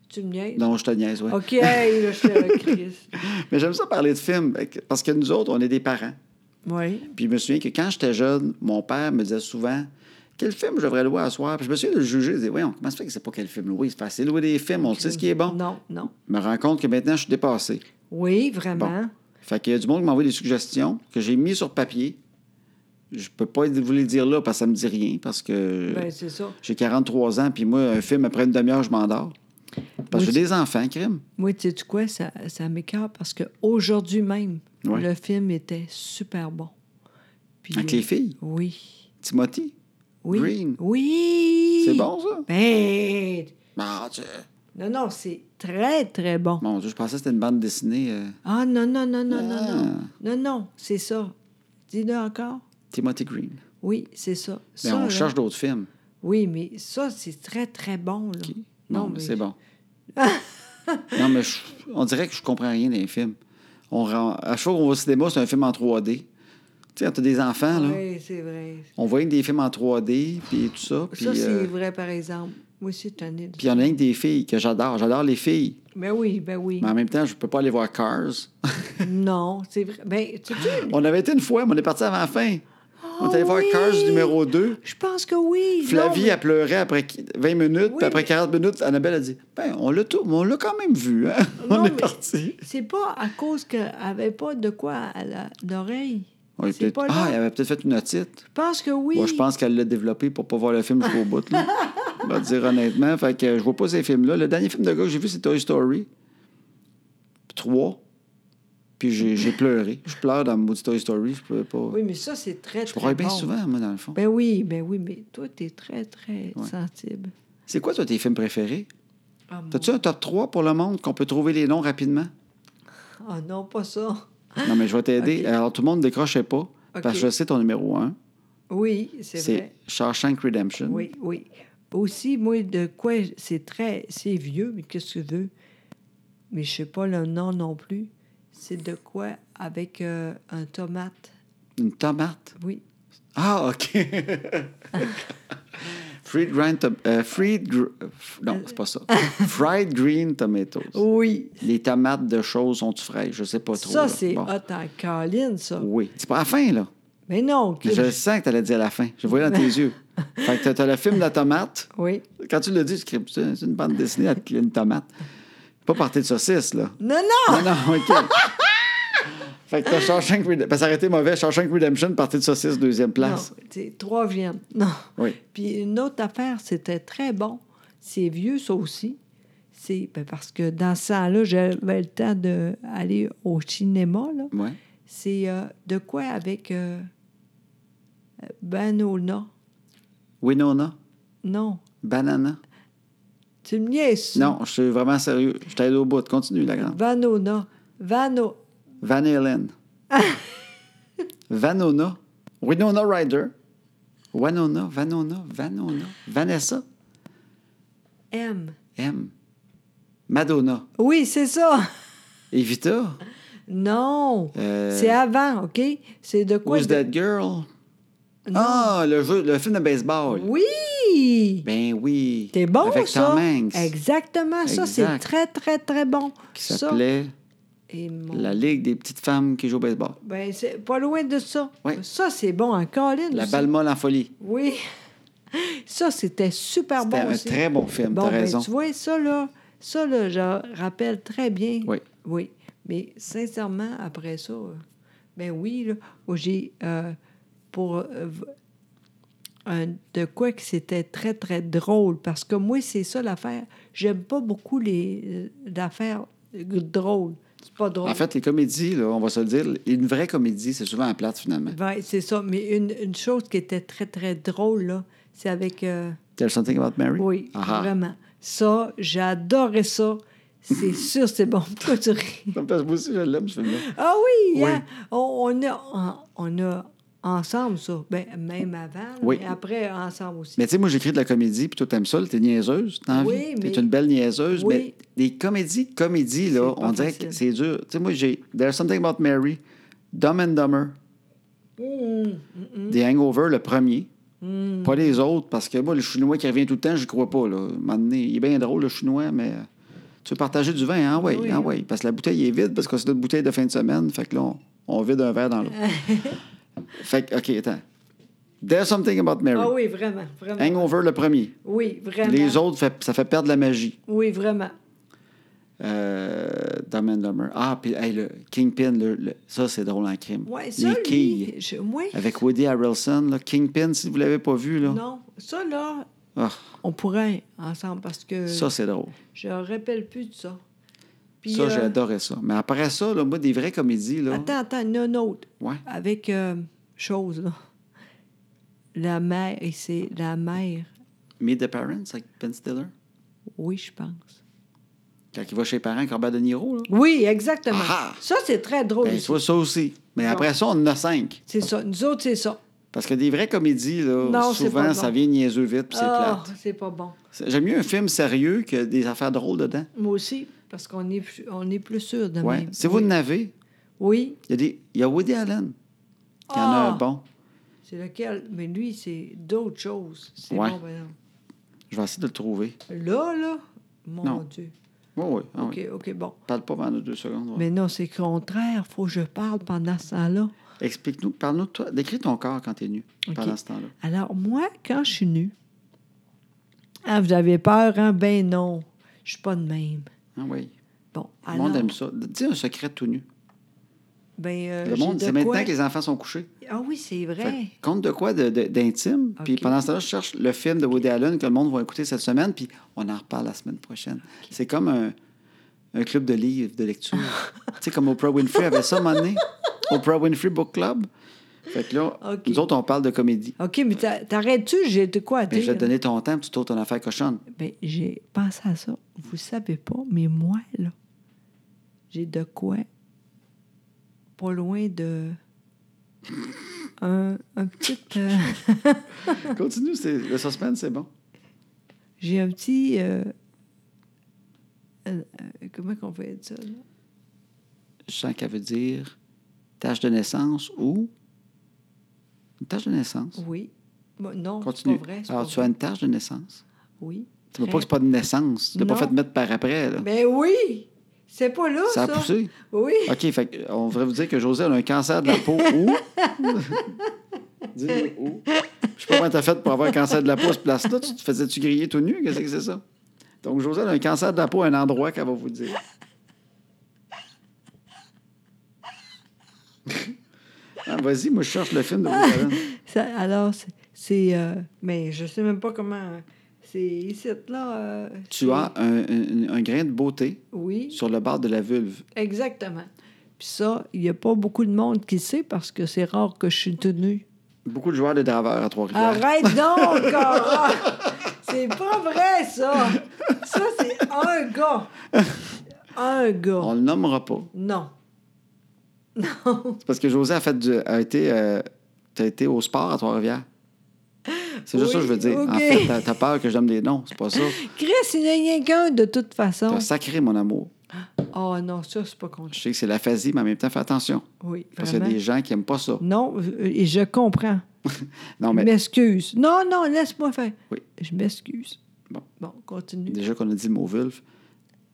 B: Tu me niaises?
A: Non, je te niaise, ouais.
B: OK, hey, là, je te recrisse.
A: Mais j'aime ça parler de films. Parce que nous autres, on est des parents.
B: Oui.
A: Puis je me souviens que quand j'étais jeune, mon père me disait souvent quel film je devrais louer à soir. Puis je me souviens de le juger. Je disais, voyons, comment ça fait que c'est pas quel film louer? C'est facile de louer des films, on sait ce qui est bon.
B: Non, non.
A: Je me rends compte que maintenant, je suis dépassé.
B: Oui, vraiment.
A: Fait qu'il y a du monde qui m'envoie des suggestions que j'ai mis sur papier. Je peux pas vous les dire là parce que ça me dit rien, parce que
B: Ben, c'est ça.
A: j'ai 43 ans, puis moi, un film, après une demi-heure, je m'endors. Parce que
B: Oui,
A: j'ai des enfants, crime.
B: Moi, tu sais quoi, ça, ça m'écarte parce qu'aujourd'hui même,
A: Ouais.
B: le film était super bon. Puis,
A: Avec les filles.
B: Oui.
A: Timothy.
B: Oui.
A: Green.
B: Oui.
A: C'est bon, ça?
B: Ben,
A: Mon Dieu.
B: non, non, c'est très, très bon.
A: Mon Dieu, je pensais que c'était une bande dessinée. euh,
B: Ah, non, non, non, non, non,
A: Ah.
B: non. Non, non, c'est ça. Dis-le encore.
A: Timothy Green.
B: Oui, c'est ça.
A: Mais
B: Ça, hein.
A: on
B: là.
A: cherche d'autres films.
B: Oui, mais ça, c'est très, très bon, là.
A: Non, mais c'est bon. non, mais je- on dirait que je comprends rien des films. On rend- à chaque fois qu'on va au cinéma, c'est un film en 3D. Tu sais, quand t'as des enfants, là,
B: Oui, c'est vrai.
A: on voit que des films en 3D, puis tout ça. Puis
B: ça, c'est
A: euh,
B: vrai, par exemple. Moi aussi, t'en ai.
A: puis il y en a une des filles que j'adore. J'adore les filles.
B: Ben oui, ben oui.
A: Mais en même temps, je peux pas aller voir Cars.
B: Non, c'est vrai. Ben, tu sais,
A: Ah, on avait été une fois, mais on est parti avant la fin. on est allé voir
B: Ah oui!
A: Cars numéro 2.
B: je pense que oui.
A: Flavie,
B: non, mais-
A: a pleuré après 20 minutes,
B: Oui,
A: puis après
B: mais-
A: 40 minutes, Annabelle a dit Ben, on l'a tout, mais on l'a quand même vu. hein. on
B: Non,
A: est
B: mais-
A: parti.
B: C'est pas à cause qu'elle avait pas de quoi à la- l'oreille.
A: Oui,
B: c'est
A: peut-être-
B: pas
A: ah,
B: là.
A: elle avait peut-être fait une otite.
B: Je pense que oui.
A: Moi, je pense qu'elle l'a développé pour pas voir le film jusqu'au bout. Là. On va dire honnêtement. Fait que je vois pas ces films-là. Le dernier film de gars que j'ai vu, c'est Toy Story 3. Puis j'ai j'ai pleuré. Je pleure dans mon maudit Toy Story. Je peux pas.
B: Oui, mais ça, c'est très,
A: je
B: très
A: pleure bien
B: bon.
A: souvent, moi, dans le fond.
B: Ben oui, ben oui, mais toi, t'es très, très
A: Ouais.
B: sensible.
A: C'est quoi, toi, tes films préférés?
B: Ah, mon-
A: T'as-tu un top 3 pour le monde qu'on peut trouver les noms rapidement?
B: Ah non, pas ça.
A: Non, mais je vais t'aider.
B: Ok.
A: Alors, tout le monde ne décrochait pas. Parce
B: Ok.
A: que je sais ton numéro 1.
B: Oui, c'est
A: C'est
B: vrai.
A: Shawshank Redemption.
B: Oui, oui. Aussi, moi, de quoi c'est très. C'est vieux, mais qu'est-ce que tu veux? Mais je sais pas le nom non plus. C'est de quoi avec euh, un tomate.
A: Une tomate.
B: Oui.
A: Ah, OK. Fried green tom- euh, fried gr- euh, f- non, c'est pas ça. Fried green tomatoes.
B: Oui.
A: Les tomates de choses sont-tu fraîches? Je sais pas trop.
B: Oh. Ça,
A: là.
B: c'est
A: Bon.
B: hot en câline, ça.
A: Oui. C'est pas à la fin, là.
B: Mais non,
A: Mais
B: que
A: je le sens que t'allais dire à la fin. Je le voyais dans tes yeux. Fait que t'as- t'as le film de la tomate.
B: Oui.
A: Quand tu l'as dit, je crie, c'est c'est une bande dessinée avec une tomate. Pas partie de saucisse, là.
B: Non, non!
A: Non, non, OK. fait que t'as Shawshank Redemption. Parce que ça aurait été mauvais. Shawshank Redemption, partie de saucisse, deuxième place.
B: Non, c'est trois viandes. Non.
A: Oui.
B: Puis une autre affaire, c'était très bon. C'est vieux, ça aussi. C'est ben, parce que dans ce temps-là, j'avais le temps d'aller au cinéma. là.
A: Ouais.
B: C'est euh, de quoi avec euh, Banana?
A: Winona.
B: Non.
A: Banana.
B: Tu me niaises?
A: Non, je suis vraiment sérieux. Je t'aide au bout. Continue, la grande.
B: Vanona. Vano.
A: Van Halen. Vanona. Winona Ryder. Wanona. Vanona. Vanona. Vanessa.
B: M.
A: M. Madonna.
B: Oui, c'est ça.
A: Evita.
B: Non.
A: Euh,
B: C'est avant, OK? C'est de quoi?
A: Who's
B: de-
A: That Girl? Ah, le, jeu, le film de baseball.
B: Oui!
A: Ben oui.
B: T'es bon,
A: Avec
B: ça.
A: Tom Hanks.
B: Exactement, ça, c'est
A: Exact.
B: très, très, très bon.
A: Qui
B: Ça,
A: s'appelait
B: et mon-
A: La Ligue des petites femmes qui jouent au baseball.
B: Ben, c'est pas loin de ça.
A: Oui.
B: Ça, c'est bon en colline.
A: La
B: aussi.
A: balle molle en folie.
B: Oui. Ça, c'était super
A: C'était
B: Ah, bon
A: un
B: aussi.
A: très bon film,
B: Bon,
A: t'as
B: ben,
A: raison.
B: tu vois, ça, là, ça, là, je rappelle très bien.
A: Oui.
B: Oui. Mais sincèrement, après ça, euh, ben oui, là, où j'ai, euh, pour euh, v- un- de quoi que c'était très, très drôle, parce que moi, c'est ça l'affaire. J'aime pas beaucoup les euh, l'affaire drôle. C'est pas drôle.
A: En fait, les comédies, là, on va se le dire, une vraie comédie, c'est souvent à plate, finalement.
B: Ouais, Ben, c'est ça. Mais une, une chose qui était très, très drôle, là, c'est avec... euh,
A: There's something about Mary?
B: Oui,
A: Ah, ah.
B: vraiment. Ça, j'adorais ça. C'est sûr, c'est bon. Pourquoi tu ris?
A: Parce que Moi aussi, je l'aime, ce film-là.
B: Ah oui,
A: Oui.
B: hein? On, on a, on a ensemble ça. Ben, même avant, là,
A: Oui.
B: mais après, ensemble aussi.
A: Mais tu sais, moi, j'écris de la comédie, puis toi, t'aimes ça, là, t'es niaiseuse, t'as envie.
B: Oui, mais-
A: T'es une belle niaiseuse,
B: Oui.
A: mais des comédies, comédies,
B: C'est
A: là,
B: pas
A: on dirait
B: facile.
A: que c'est dur. Tu sais, moi, j'ai There's Something About Mary, Dumb and Dumber,
B: Mmh,
A: The Hangover, le premier. Pas les autres, parce que moi, le chinois qui revient tout le temps, je crois pas. Là. À un moment donné, il est bien drôle, le chinois, mais euh, tu veux partager du vin, hein? Oui,
B: Oui,
A: hein,
B: hein.
A: oui. Parce que la bouteille est vide, parce que c'est notre bouteille de fin de semaine. Fait que là, on, on vide un verre dans l'autre. fait que, OK, attends. There's Something About Mary.
B: Ah oui, vraiment, vraiment.
A: Hangover, le premier.
B: Oui, vraiment.
A: Hein? Les autres, fait- ça fait perdre la magie.
B: Oui, vraiment.
A: Euh, Dumb and Dumber. Ah, puis hey, le Kingpin, le- le- ça, c'est drôle en crime.
B: Ouais, ça,
A: Les
B: lui,
A: quilles.
B: je- moi,
A: Avec Woody Harrelson, là. Kingpin, si vous l'avez pas vu, là.
B: non. Ça, là,
A: Ah,
B: on pourrait ensemble parce que
A: ça, c'est drôle.
B: je ne rappelle plus de ça. Puis,
A: ça,
B: euh,
A: j'ai adoré ça. Mais après ça, là, moi, des vraies comédies, là.
B: Attends, attends, il y en a une autre.
A: Ouais.
B: Avec euh, chose, là. La mère, et c'est la mère.
A: Meet the Parents, avec Ben Stiller.
B: Oui, je pense.
A: Quand il va chez les parents, avec Robert De Niro, là.
B: Oui, exactement.
A: Ah ah!
B: Ça, c'est très drôle.
A: Ben,
B: aussi.
A: soit ça aussi. Mais
B: Oh, Non.
A: après ça, on en a cinq.
B: C'est ça. Nous autres, c'est ça.
A: Parce que des vraies comédies, là,
B: Non, c'est
A: souvent,
B: pas
A: ça
B: bon.
A: vient niaiseux vite, puis c'est
B: Ah,
A: plate.
B: c'est pas bon.
A: C'est- J'aime mieux un film sérieux que des affaires drôles dedans.
B: Moi aussi, parce qu'on est, plus- on est plus sûr de
A: Ouais.
B: même.
A: Si vous
B: oui.
A: n'avez,
B: Oui.
A: il y, a des- il y a Woody Allen. Il y en a
B: Ah!
A: un bon.
B: C'est lequel? Mais lui, c'est d'autres choses. C'est
A: Ouais.
B: bon, par exemple.
A: Je vais essayer de le trouver.
B: Là, là, mon
A: Non.
B: Dieu.
A: Oui, oui. ah oui.
B: OK, OK, bon.
A: Parle pas pendant deux secondes. ouais.
B: Mais non, c'est contraire. Faut que je parle pendant ce temps-là.
A: Explique-nous, parle-nous de toi. Décris ton corps quand t'es nu
B: OK.
A: pendant ce temps-là.
B: Alors, moi, quand je suis nue, ah, vous avez peur, hein? Ben non, je suis pas de même.
A: Ah oui.
B: Bon,
A: Le
B: alors,
A: monde aime ça. Dis un secret tout nu.
B: ben, euh,
A: Le
B: j'ai
A: monde,
B: de
A: c'est maintenant
B: quoi-
A: que les enfants sont couchés.
B: Ah oui, c'est
A: Fait que
B: vrai.
A: compte de quoi de- de- d'intime. Puis
B: OK.
A: pendant ce temps-là, je cherche le film de Woody Allen que le monde va écouter cette semaine, puis on en reparle la semaine prochaine. C'est comme un, un club de livres, de lecture. tu sais, comme Oprah Winfrey avait ça à un moment donné. Oprah Winfrey Book Club. Fait que là,
B: OK.
A: nous autres, on parle de comédie.
B: OK, mais t'a- t'arrêtes-tu? J'ai de quoi à
A: Mais Ben, je vais
B: dire?
A: te donner ton temps, puis tu tournes ton affaire cochonne.
B: Ben, j'ai pensé à ça. Vous savez pas, mais moi, là, j'ai de quoi pas loin de... Un, un petit... euh, Eh ben.
A: Continue, c'est- le suspense, c'est bon.
B: j'ai un petit... euh, euh, euh, comment qu'on fait ça, là?
A: Je sens qu'elle veut dire tâche de naissance ou une tâche de naissance.
B: Oui. Bon, non, c'est
A: Continue.
B: pas vrai. c'est
A: Alors,
B: pas
A: tu
B: vrai.
A: as une tâche de naissance.
B: Oui.
A: Tu ne
B: Très-
A: pas que c'est pas de naissance. Tu l'as pas
B: Non.
A: fait mettre par après. Là.
B: Ben oui! C'est pas là,
A: Ça
B: ça.
A: a poussé.
B: Oui.
A: OK, fait que, euh, on voudrait vous dire que José elle a un cancer de la peau ou. Dis-nous où. Je sais pas comment t'as fait pour avoir un cancer de la peau à ce place-là. Tu te faisais-tu griller tout nu? Qu'est-ce que c'est ça? Donc, Joselle a un cancer de la peau à un endroit qu'elle va vous dire. Ah, Vas-y, moi, je cherche le film de Woody Allen.
B: Ça- alors, c'est- c'est. euh, mais je sais même pas comment. C'est ici, là. euh,
A: Tu
B: c'est-
A: as un, un- un grain de beauté
B: Oui,
A: sur le bord de la vulve.
B: exactement. Puis ça, il n'y a pas beaucoup de monde qui le sait parce que c'est rare que je suis tenue.
A: Beaucoup de joueurs de draveurs à Trois-Rivières.
B: Arrête donc, Cora! C'est pas vrai, ça! Ça, c'est un gars. Un
A: On
B: gars.
A: le nommera pas.
B: Non.
A: C'est parce que José a, fait du- a été, euh, t'as été au sport à Trois-Rivières. C'est juste ça
B: Oui,
A: que je veux dire. En
B: ok.
A: fait, t'as- t'as peur que je donne des noms. C'est pas ça.
B: Chris, il n'y a rien qu'un, de toute façon.
A: T'as sacré, mon amour.
B: Oh non, ça, c'est pas contre.
A: Je sais que c'est l'aphasie, mais en même temps, fais attention.
B: Oui,
A: Parce qu'il y a
B: vraiment.
A: des gens qui n'aiment pas ça.
B: Non, euh, et je comprends.
A: Non,
B: Je
A: mais
B: m'excuse. Non, non, laisse-moi faire.
A: Oui.
B: Je m'excuse.
A: Bon.
B: Bon, continue.
A: déjà qu'on a dit le mot vulve.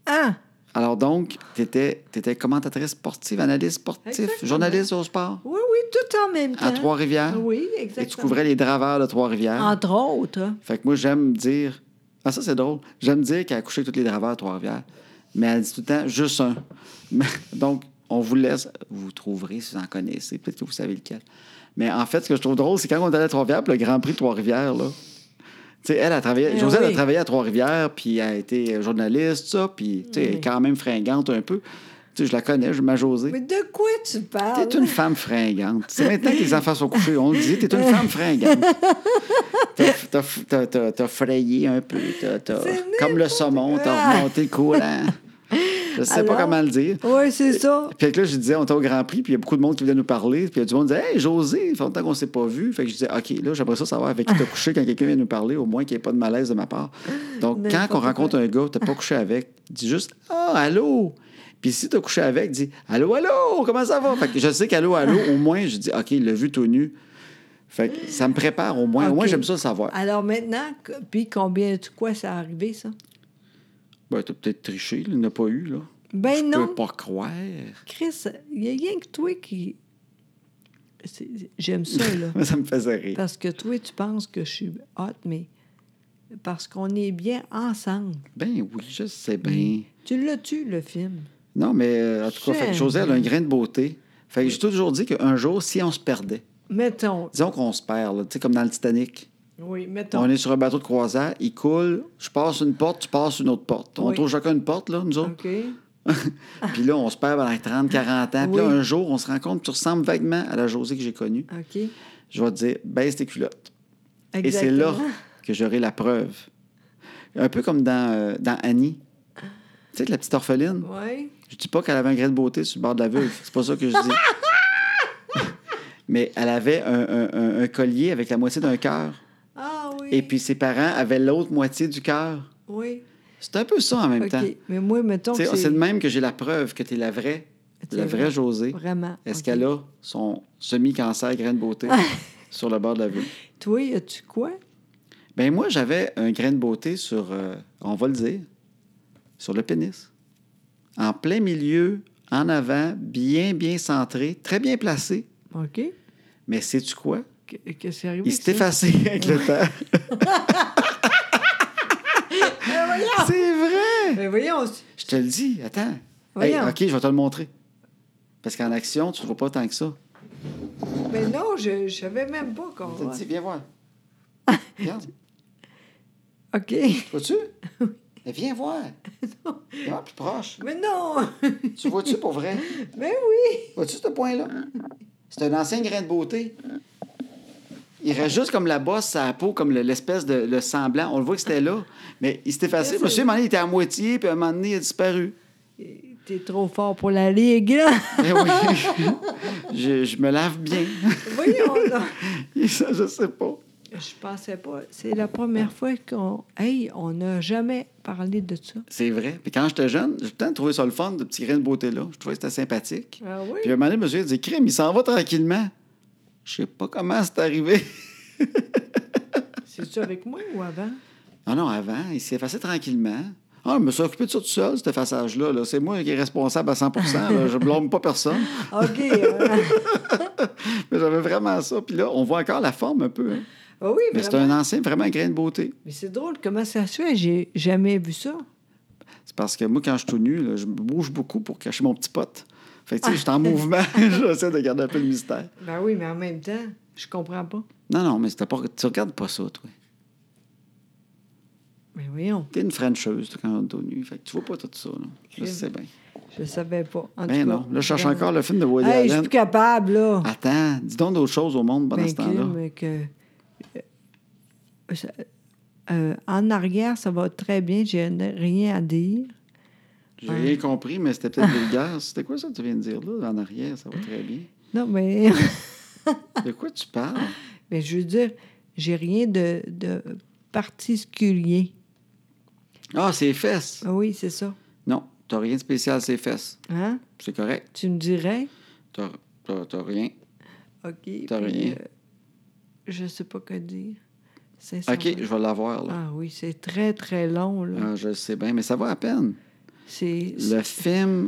B: Ah!
A: Alors donc, t'étais étais commentatrice sportive, analyste sportif,
B: Exactement.
A: journaliste au sport
B: Oui, oui, tout en même temps.
A: à Trois-Rivières.
B: Oui,
A: Et
B: exactement.
A: tu couvrais les draveurs de Trois-Rivières.
B: Entre autres. hein.
A: Fait que moi, j'aime dire. Ah, ça, c'est drôle. J'aime dire qu'elle a couché avec tous les draveurs à Trois-Rivières, mais elle dit tout le temps juste un. Mais- Donc, on vous laisse. Vous trouverez si vous en connaissez. Peut-être que vous savez lequel. Mais en fait, ce que je trouve drôle, c'est quand on est allé à Trois-Rivières, puis le Grand Prix de Trois-Rivières, là. Tu sais, elle a travaillé.
B: Eh
A: Josette a
B: oui.
A: travaillé à Trois-Rivières, puis elle a été journaliste, ça, puis tu sais, elle est quand même fringante un peu. Tu sais, je la connais, je ma Josée.
B: Mais de quoi tu parles?
A: T'es une femme fringante. C'est maintenant que les enfants sont couchés. On le dit, t'es une femme fringante. T'as- t'as- t'as- T'as t'as frayé un peu. t'as- t'as-
B: C'est
A: comme le
B: n'importe
A: saumon, t'as
B: quoi.
A: remonté le courant. Je sais
B: Alors?
A: pas comment le dire.
B: Oui, c'est ça.
A: Puis là, je disais, on était au Grand Prix, puis il y a beaucoup de monde qui venait nous parler. Puis il y a du monde qui disait, Hey, José, il fait longtemps qu'on s'est pas vu. Fait que je disais, OK, là, j'aimerais ça savoir avec qui t'as couché quand quelqu'un vient nous parler, au moins qu'il n'y ait pas de malaise de ma part. Donc, quand
B: N'importe
A: on rencontre un gars, t'as pas couché avec, dis juste, Ah, allô. Puis si t'as couché avec, dis, Allô, allô, comment ça va? Fait que je sais qu'allô, allô, au moins, je dis, OK, il l'a vu tout nu. Fait que ça me prépare au moins. Au moins,
B: OK.
A: j'aime ça le savoir.
B: Alors maintenant, que- puis combien de quoi ça a arrivé, ça?
A: Ben, t'as peut-être triché, là, il n'a pas eu, là.
B: Ben
A: Je
B: non,
A: peux pas croire.
B: Chris, il n'y a rien que toi qui. C'est- J'aime ça, là.
A: Mais ça me faisait rire.
B: parce que toi, tu penses que je suis hot, mais parce qu'on est bien ensemble.
A: Ben oui, je sais bien.
B: Tu l'as tu le film?
A: Non, mais euh, en tout cas, fait que
B: J'aime.
A: José, elle a un grain de beauté. Fait que j'ai toujours dit qu'un jour, si on se perdait,
B: Mettons.
A: disons qu'on se perd, là, tu sais, comme dans le Titanic.
B: Oui,
A: On
B: mettons.
A: est sur un bateau de croisière, il coule, je passe une porte, tu passes une autre porte. On
B: Oui.
A: trouve chacun une porte, là, nous autres.
B: OK.
A: Puis là, on se perd pendant 30, 40 ans. Puis là,
B: Oui.
A: un jour, on se rend compte, tu ressembles vaguement à la Josée que j'ai connue.
B: OK.
A: Je vais te dire, baisse tes culottes. Et c'est
B: Exactement.
A: là que j'aurai la preuve. Un peu comme dans, euh, dans Annie. Tu sais, la petite orpheline.
B: Oui.
A: Je dis pas qu'elle avait un grain de beauté sur le bord de la vulve. C'est pas ça que je dis. Mais elle avait un, un- un- un collier avec la moitié d'un cœur.
B: Ah oui.
A: Et puis ses parents avaient l'autre moitié du cœur.
B: Oui.
A: C'est un peu ça en même
B: OK.
A: temps.
B: Mais moi, mettons.
A: Tu sais,
B: que
A: C'est de même que j'ai la preuve que t'es la vraie.
B: C'est
A: La vraie
B: vrai.
A: Josée.
B: Vraiment.
A: Est-ce
B: OK.
A: qu'elle a son semi-cancer grain de beauté sur le bord de la vulve?
B: Toi, as-tu quoi?
A: Ben moi, j'avais un grain de beauté sur, euh, on va le dire, sur le pénis. En plein milieu, en avant, bien, bien centré, très bien placé.
B: OK.
A: Mais sais-tu quoi?
B: Qu'est-ce qui est arrivé?
A: Il s'est
B: ça?
A: effacé avec le temps. C'est vrai!
B: Mais Ben, voyons. c'est-
A: Je te le dis, attends. Hey,
B: Voyons.
A: OK, je vais te le montrer. Parce qu'en action, tu ne vois pas tant que ça.
B: Mais non, je ne savais même pas qu'on.
A: Je te le dis, viens voir. Regarde, tu
B: OK.
A: vois-tu? Mais Viens voir. Viens voir plus proche.
B: Mais non! Ben
A: Tu vois-tu pour vrai?
B: Mais oui!
A: Vois-tu ce point-là? C'est un ancien grain de beauté. Il reste juste comme la bosse, sa peau, comme le- l'espèce de le semblant. On le voit que c'était là, mais il s'est effacé.
B: Qu'est-ce
A: Monsieur,
B: que-
A: à un moment donné, il était à moitié, puis à un moment donné, il a disparu.
B: T'es trop fort pour la ligue, là!
A: Eh oui, je, je me lave bien.
B: Voyons donc!
A: Et ça, je sais pas.
B: Je pensais pas. C'est la première fois qu'on. Hey, on n'a jamais parlé de ça.
A: C'est vrai. Puis quand j'étais jeune, j'ai peut-être trouvé ça le fun, de petit grain de beauté-là. Je trouvais que c'était sympathique.
B: Ah oui?
A: Puis à un moment donné, monsieur, il dit Crime, il s'en va tranquillement. Je sais pas comment c'est arrivé.
B: C'est-tu avec moi ou avant?
A: Non, non, avant, il s'est effacé tranquillement. Ah, je me suis occupé de ça tout seul, cet effacage-là. là. C'est moi qui est responsable à 100 là. Je blâme pas personne.
B: OK. euh,
A: Mais j'avais vraiment ça. Puis là, on voit encore la forme un peu. hein.
B: Ah oui,
A: Mais
B: mais
A: c'est un ancien vraiment grain de beauté.
B: Mais c'est drôle, comment ça se fait? J'ai jamais vu ça.
A: C'est parce que moi, quand je suis tout nu, là, je bouge beaucoup pour cacher mon petit pote. Fait que, tu sais, je suis en mouvement. J'essaie de garder un peu le mystère.
B: Ben oui, mais en même temps, je comprends pas.
A: Non, non, mais c'était pas... tu regardes pas ça, toi.
B: Mais Ben voyons,
A: T'es une Frencheuse, toi, quand on est tout nu. Fait que tu vois pas tout ça, là. Je
B: Ok.
A: sais bien.
B: je savais pas. En
A: Ben
B: tout
A: non.
B: cas,
A: Là, je cherche
B: regarde.
A: encore le film de Woody
B: Hey, je suis
A: Allen.
B: plus capable, là.
A: Attends, dis donc d'autres choses au monde pendant
B: Ben,
A: ce temps-là.
B: Kim, que, euh, ça- euh, en arrière, ça va très bien, j'ai n- rien à dire.
A: J'ai rien compris, mais c'était peut-être vulgaire. C'était quoi ça que tu viens de dire, là, en arrière? Ça va très bien.
B: Non, mais,
A: De quoi tu parles?
B: mais Ben, je veux dire, j'ai rien de, de particulier.
A: Ah, ses fesses.
B: Ah oui, c'est ça.
A: Non, t'as rien de spécial, ses fesses.
B: Hein?
A: C'est correct.
B: Tu me dirais?
A: T'as, t'as- t'as rien.
B: OK.
A: T'as
B: puis,
A: rien.
B: euh, je sais pas quoi dire. C'est
A: OK, je vais l'avoir, là.
B: Ah oui, c'est très, très long, là.
A: Ah, je le sais bien, mais ça va à peine.
B: C'est...
A: Le film.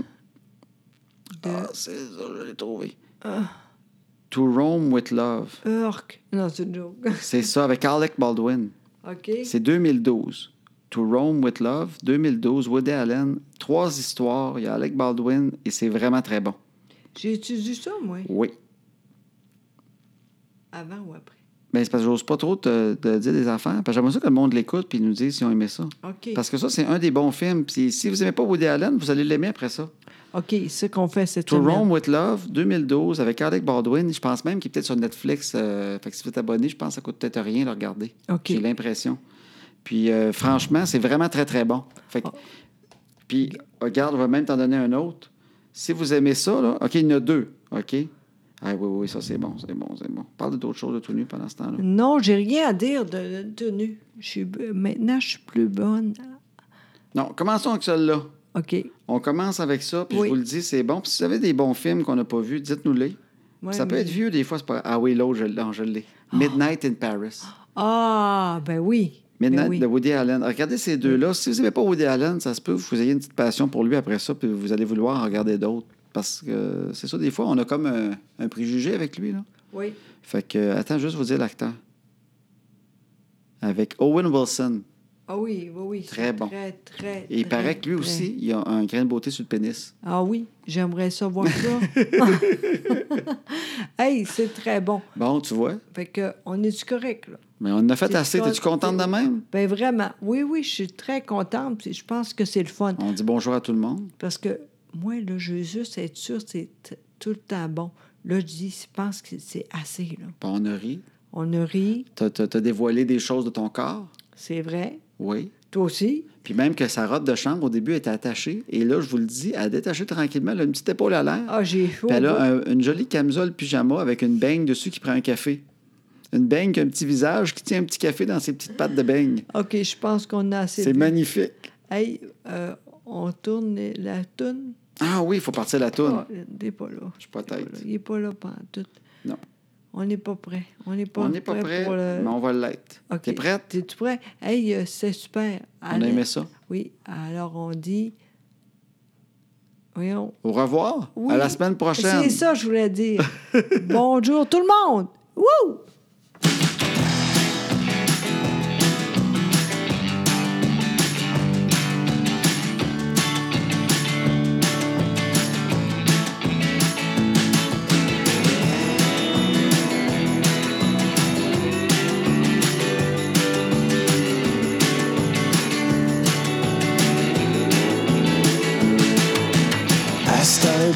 B: De- Ah.
A: Ah, c'est ça, je l'ai trouvé. To Rome with Love.
B: Urk. Non, c'est une joke.
A: C'est ça, avec Alec Baldwin.
B: OK.
A: C'est 2012. To Rome with Love, 2012, Woody Allen. Trois histoires, il y a Alec Baldwin et c'est vraiment très bon.
B: J'ai étudié ça, moi,
A: Oui.
B: avant ou après.
A: Ben, c'est parce que j'ose pas trop te, te dire des affaires. Parce que j'aimerais ça que le monde l'écoute puis ils nous dise s'ils ont aimé ça.
B: OK.
A: Parce que ça, c'est un des bons films. Puis si vous aimez pas Woody Allen, vous allez l'aimer après ça.
B: OK, ce qu'on fait cette
A: To
B: semaine.
A: Rome with Love, 2012, avec Alec Baldwin. Je pense même qu'il est peut-être sur Netflix. euh, fait que si vous êtes abonné, je pense que ça coûte peut-être rien de le regarder.
B: OK.
A: J'ai l'impression. Puis euh, franchement, c'est vraiment très, très bon. Fait que- Puis regarde, on va même t'en donner un autre. Si vous aimez ça, là, OK, il y en a deux. OK? Ah oui, oui, ça c'est bon, c'est bon, c'est bon. Parle d'autres choses de tout nu pendant ce temps-là.
B: Non, j'ai rien à dire de de tenue. Je suis... Maintenant, je suis plus bonne.
A: Non, commençons avec celle-là.
B: OK.
A: On commence avec ça, puis
B: Oui.
A: je vous le dis, c'est bon. Puis si vous avez des bons films qu'on n'a pas vus, dites-nous-les.
B: Ouais,
A: ça peut
B: mais-
A: être vieux des fois. c'est Pas... Ah oui, l'autre, je l'ai. non, je l'ai. Midnight in Paris.
B: Ah, ben oui. Ben
A: Midnight
B: oui.
A: de Woody Allen. Regardez ces deux-là. Si vous n'aimez pas Woody Allen, ça se peut que vous ayez une petite passion pour lui après ça, puis vous allez vouloir en regarder d'autres. Parce que c'est ça, des fois, on a comme un, un préjugé avec lui. Là.
B: Oui.
A: Fait que, euh, attends, juste vous dire l'acteur. Avec Owen Wilson.
B: Ah oui, oui, oui. c'est
A: Très bon.
B: Très, très,
A: Et il
B: très,
A: paraît que lui
B: très-
A: aussi, il a un grain de beauté sur le pénis.
B: Ah oui, j'aimerais savoir ça. hey, c'est très bon.
A: Bon, tu vois.
B: Fait que, on est du correct, là?
A: Mais on en a fait
B: C'est
A: assez.
B: ça,
A: T'es-tu contente de
B: c'est-
A: même?
B: Ben vraiment, oui, oui, je suis très contente. puis Je pense que c'est le fun.
A: On dit bonjour à tout le monde.
B: Parce que moi, là, je veux juste être sûr c'est t- tout le temps bon. Là, je dis, je pense que c'est assez, là.
A: Puis on a ri.
B: On a ri,
A: T'as t'as- t'as dévoilé des choses de ton corps.
B: c'est vrai.
A: Oui.
B: Toi aussi?
A: Puis même que sa robe de chambre, au début, était attachée. Et là, je vous le dis, elle a détaché tranquillement. Elle a une petite épaule à l'air.
B: Ah, j'ai chaud.
A: Puis elle a
B: là.
A: Ben un- une jolie camisole pyjama avec une beigne dessus qui prend un café. Une beigne qui a un petit visage qui tient un petit café dans ses petites pattes de beigne.
B: OK, je pense qu'on a assez.
A: C'est
B: vu.
A: magnifique.
B: Hey, euh, on tourne la toune.
A: Ah oui, il faut partir la toune.
B: Ah, il n'est pas là.
A: Je suis pas tête.
B: Il n'est pas là pendant tout.
A: Non.
B: On n'est pas prêt. On n'est pas
A: on n'est pas prêt,
B: pour le-
A: mais on va l'être.
B: OK.
A: T'es prête?
B: T'es-tu prêt? Hey, euh, c'est super.
A: On a aimé ça.
B: Oui, alors on dit... Voyons.
A: Au revoir.
B: Oui.
A: À la semaine prochaine.
B: C'est ça que je voulais dire. Bonjour tout le monde. Wouh!
C: À cette heure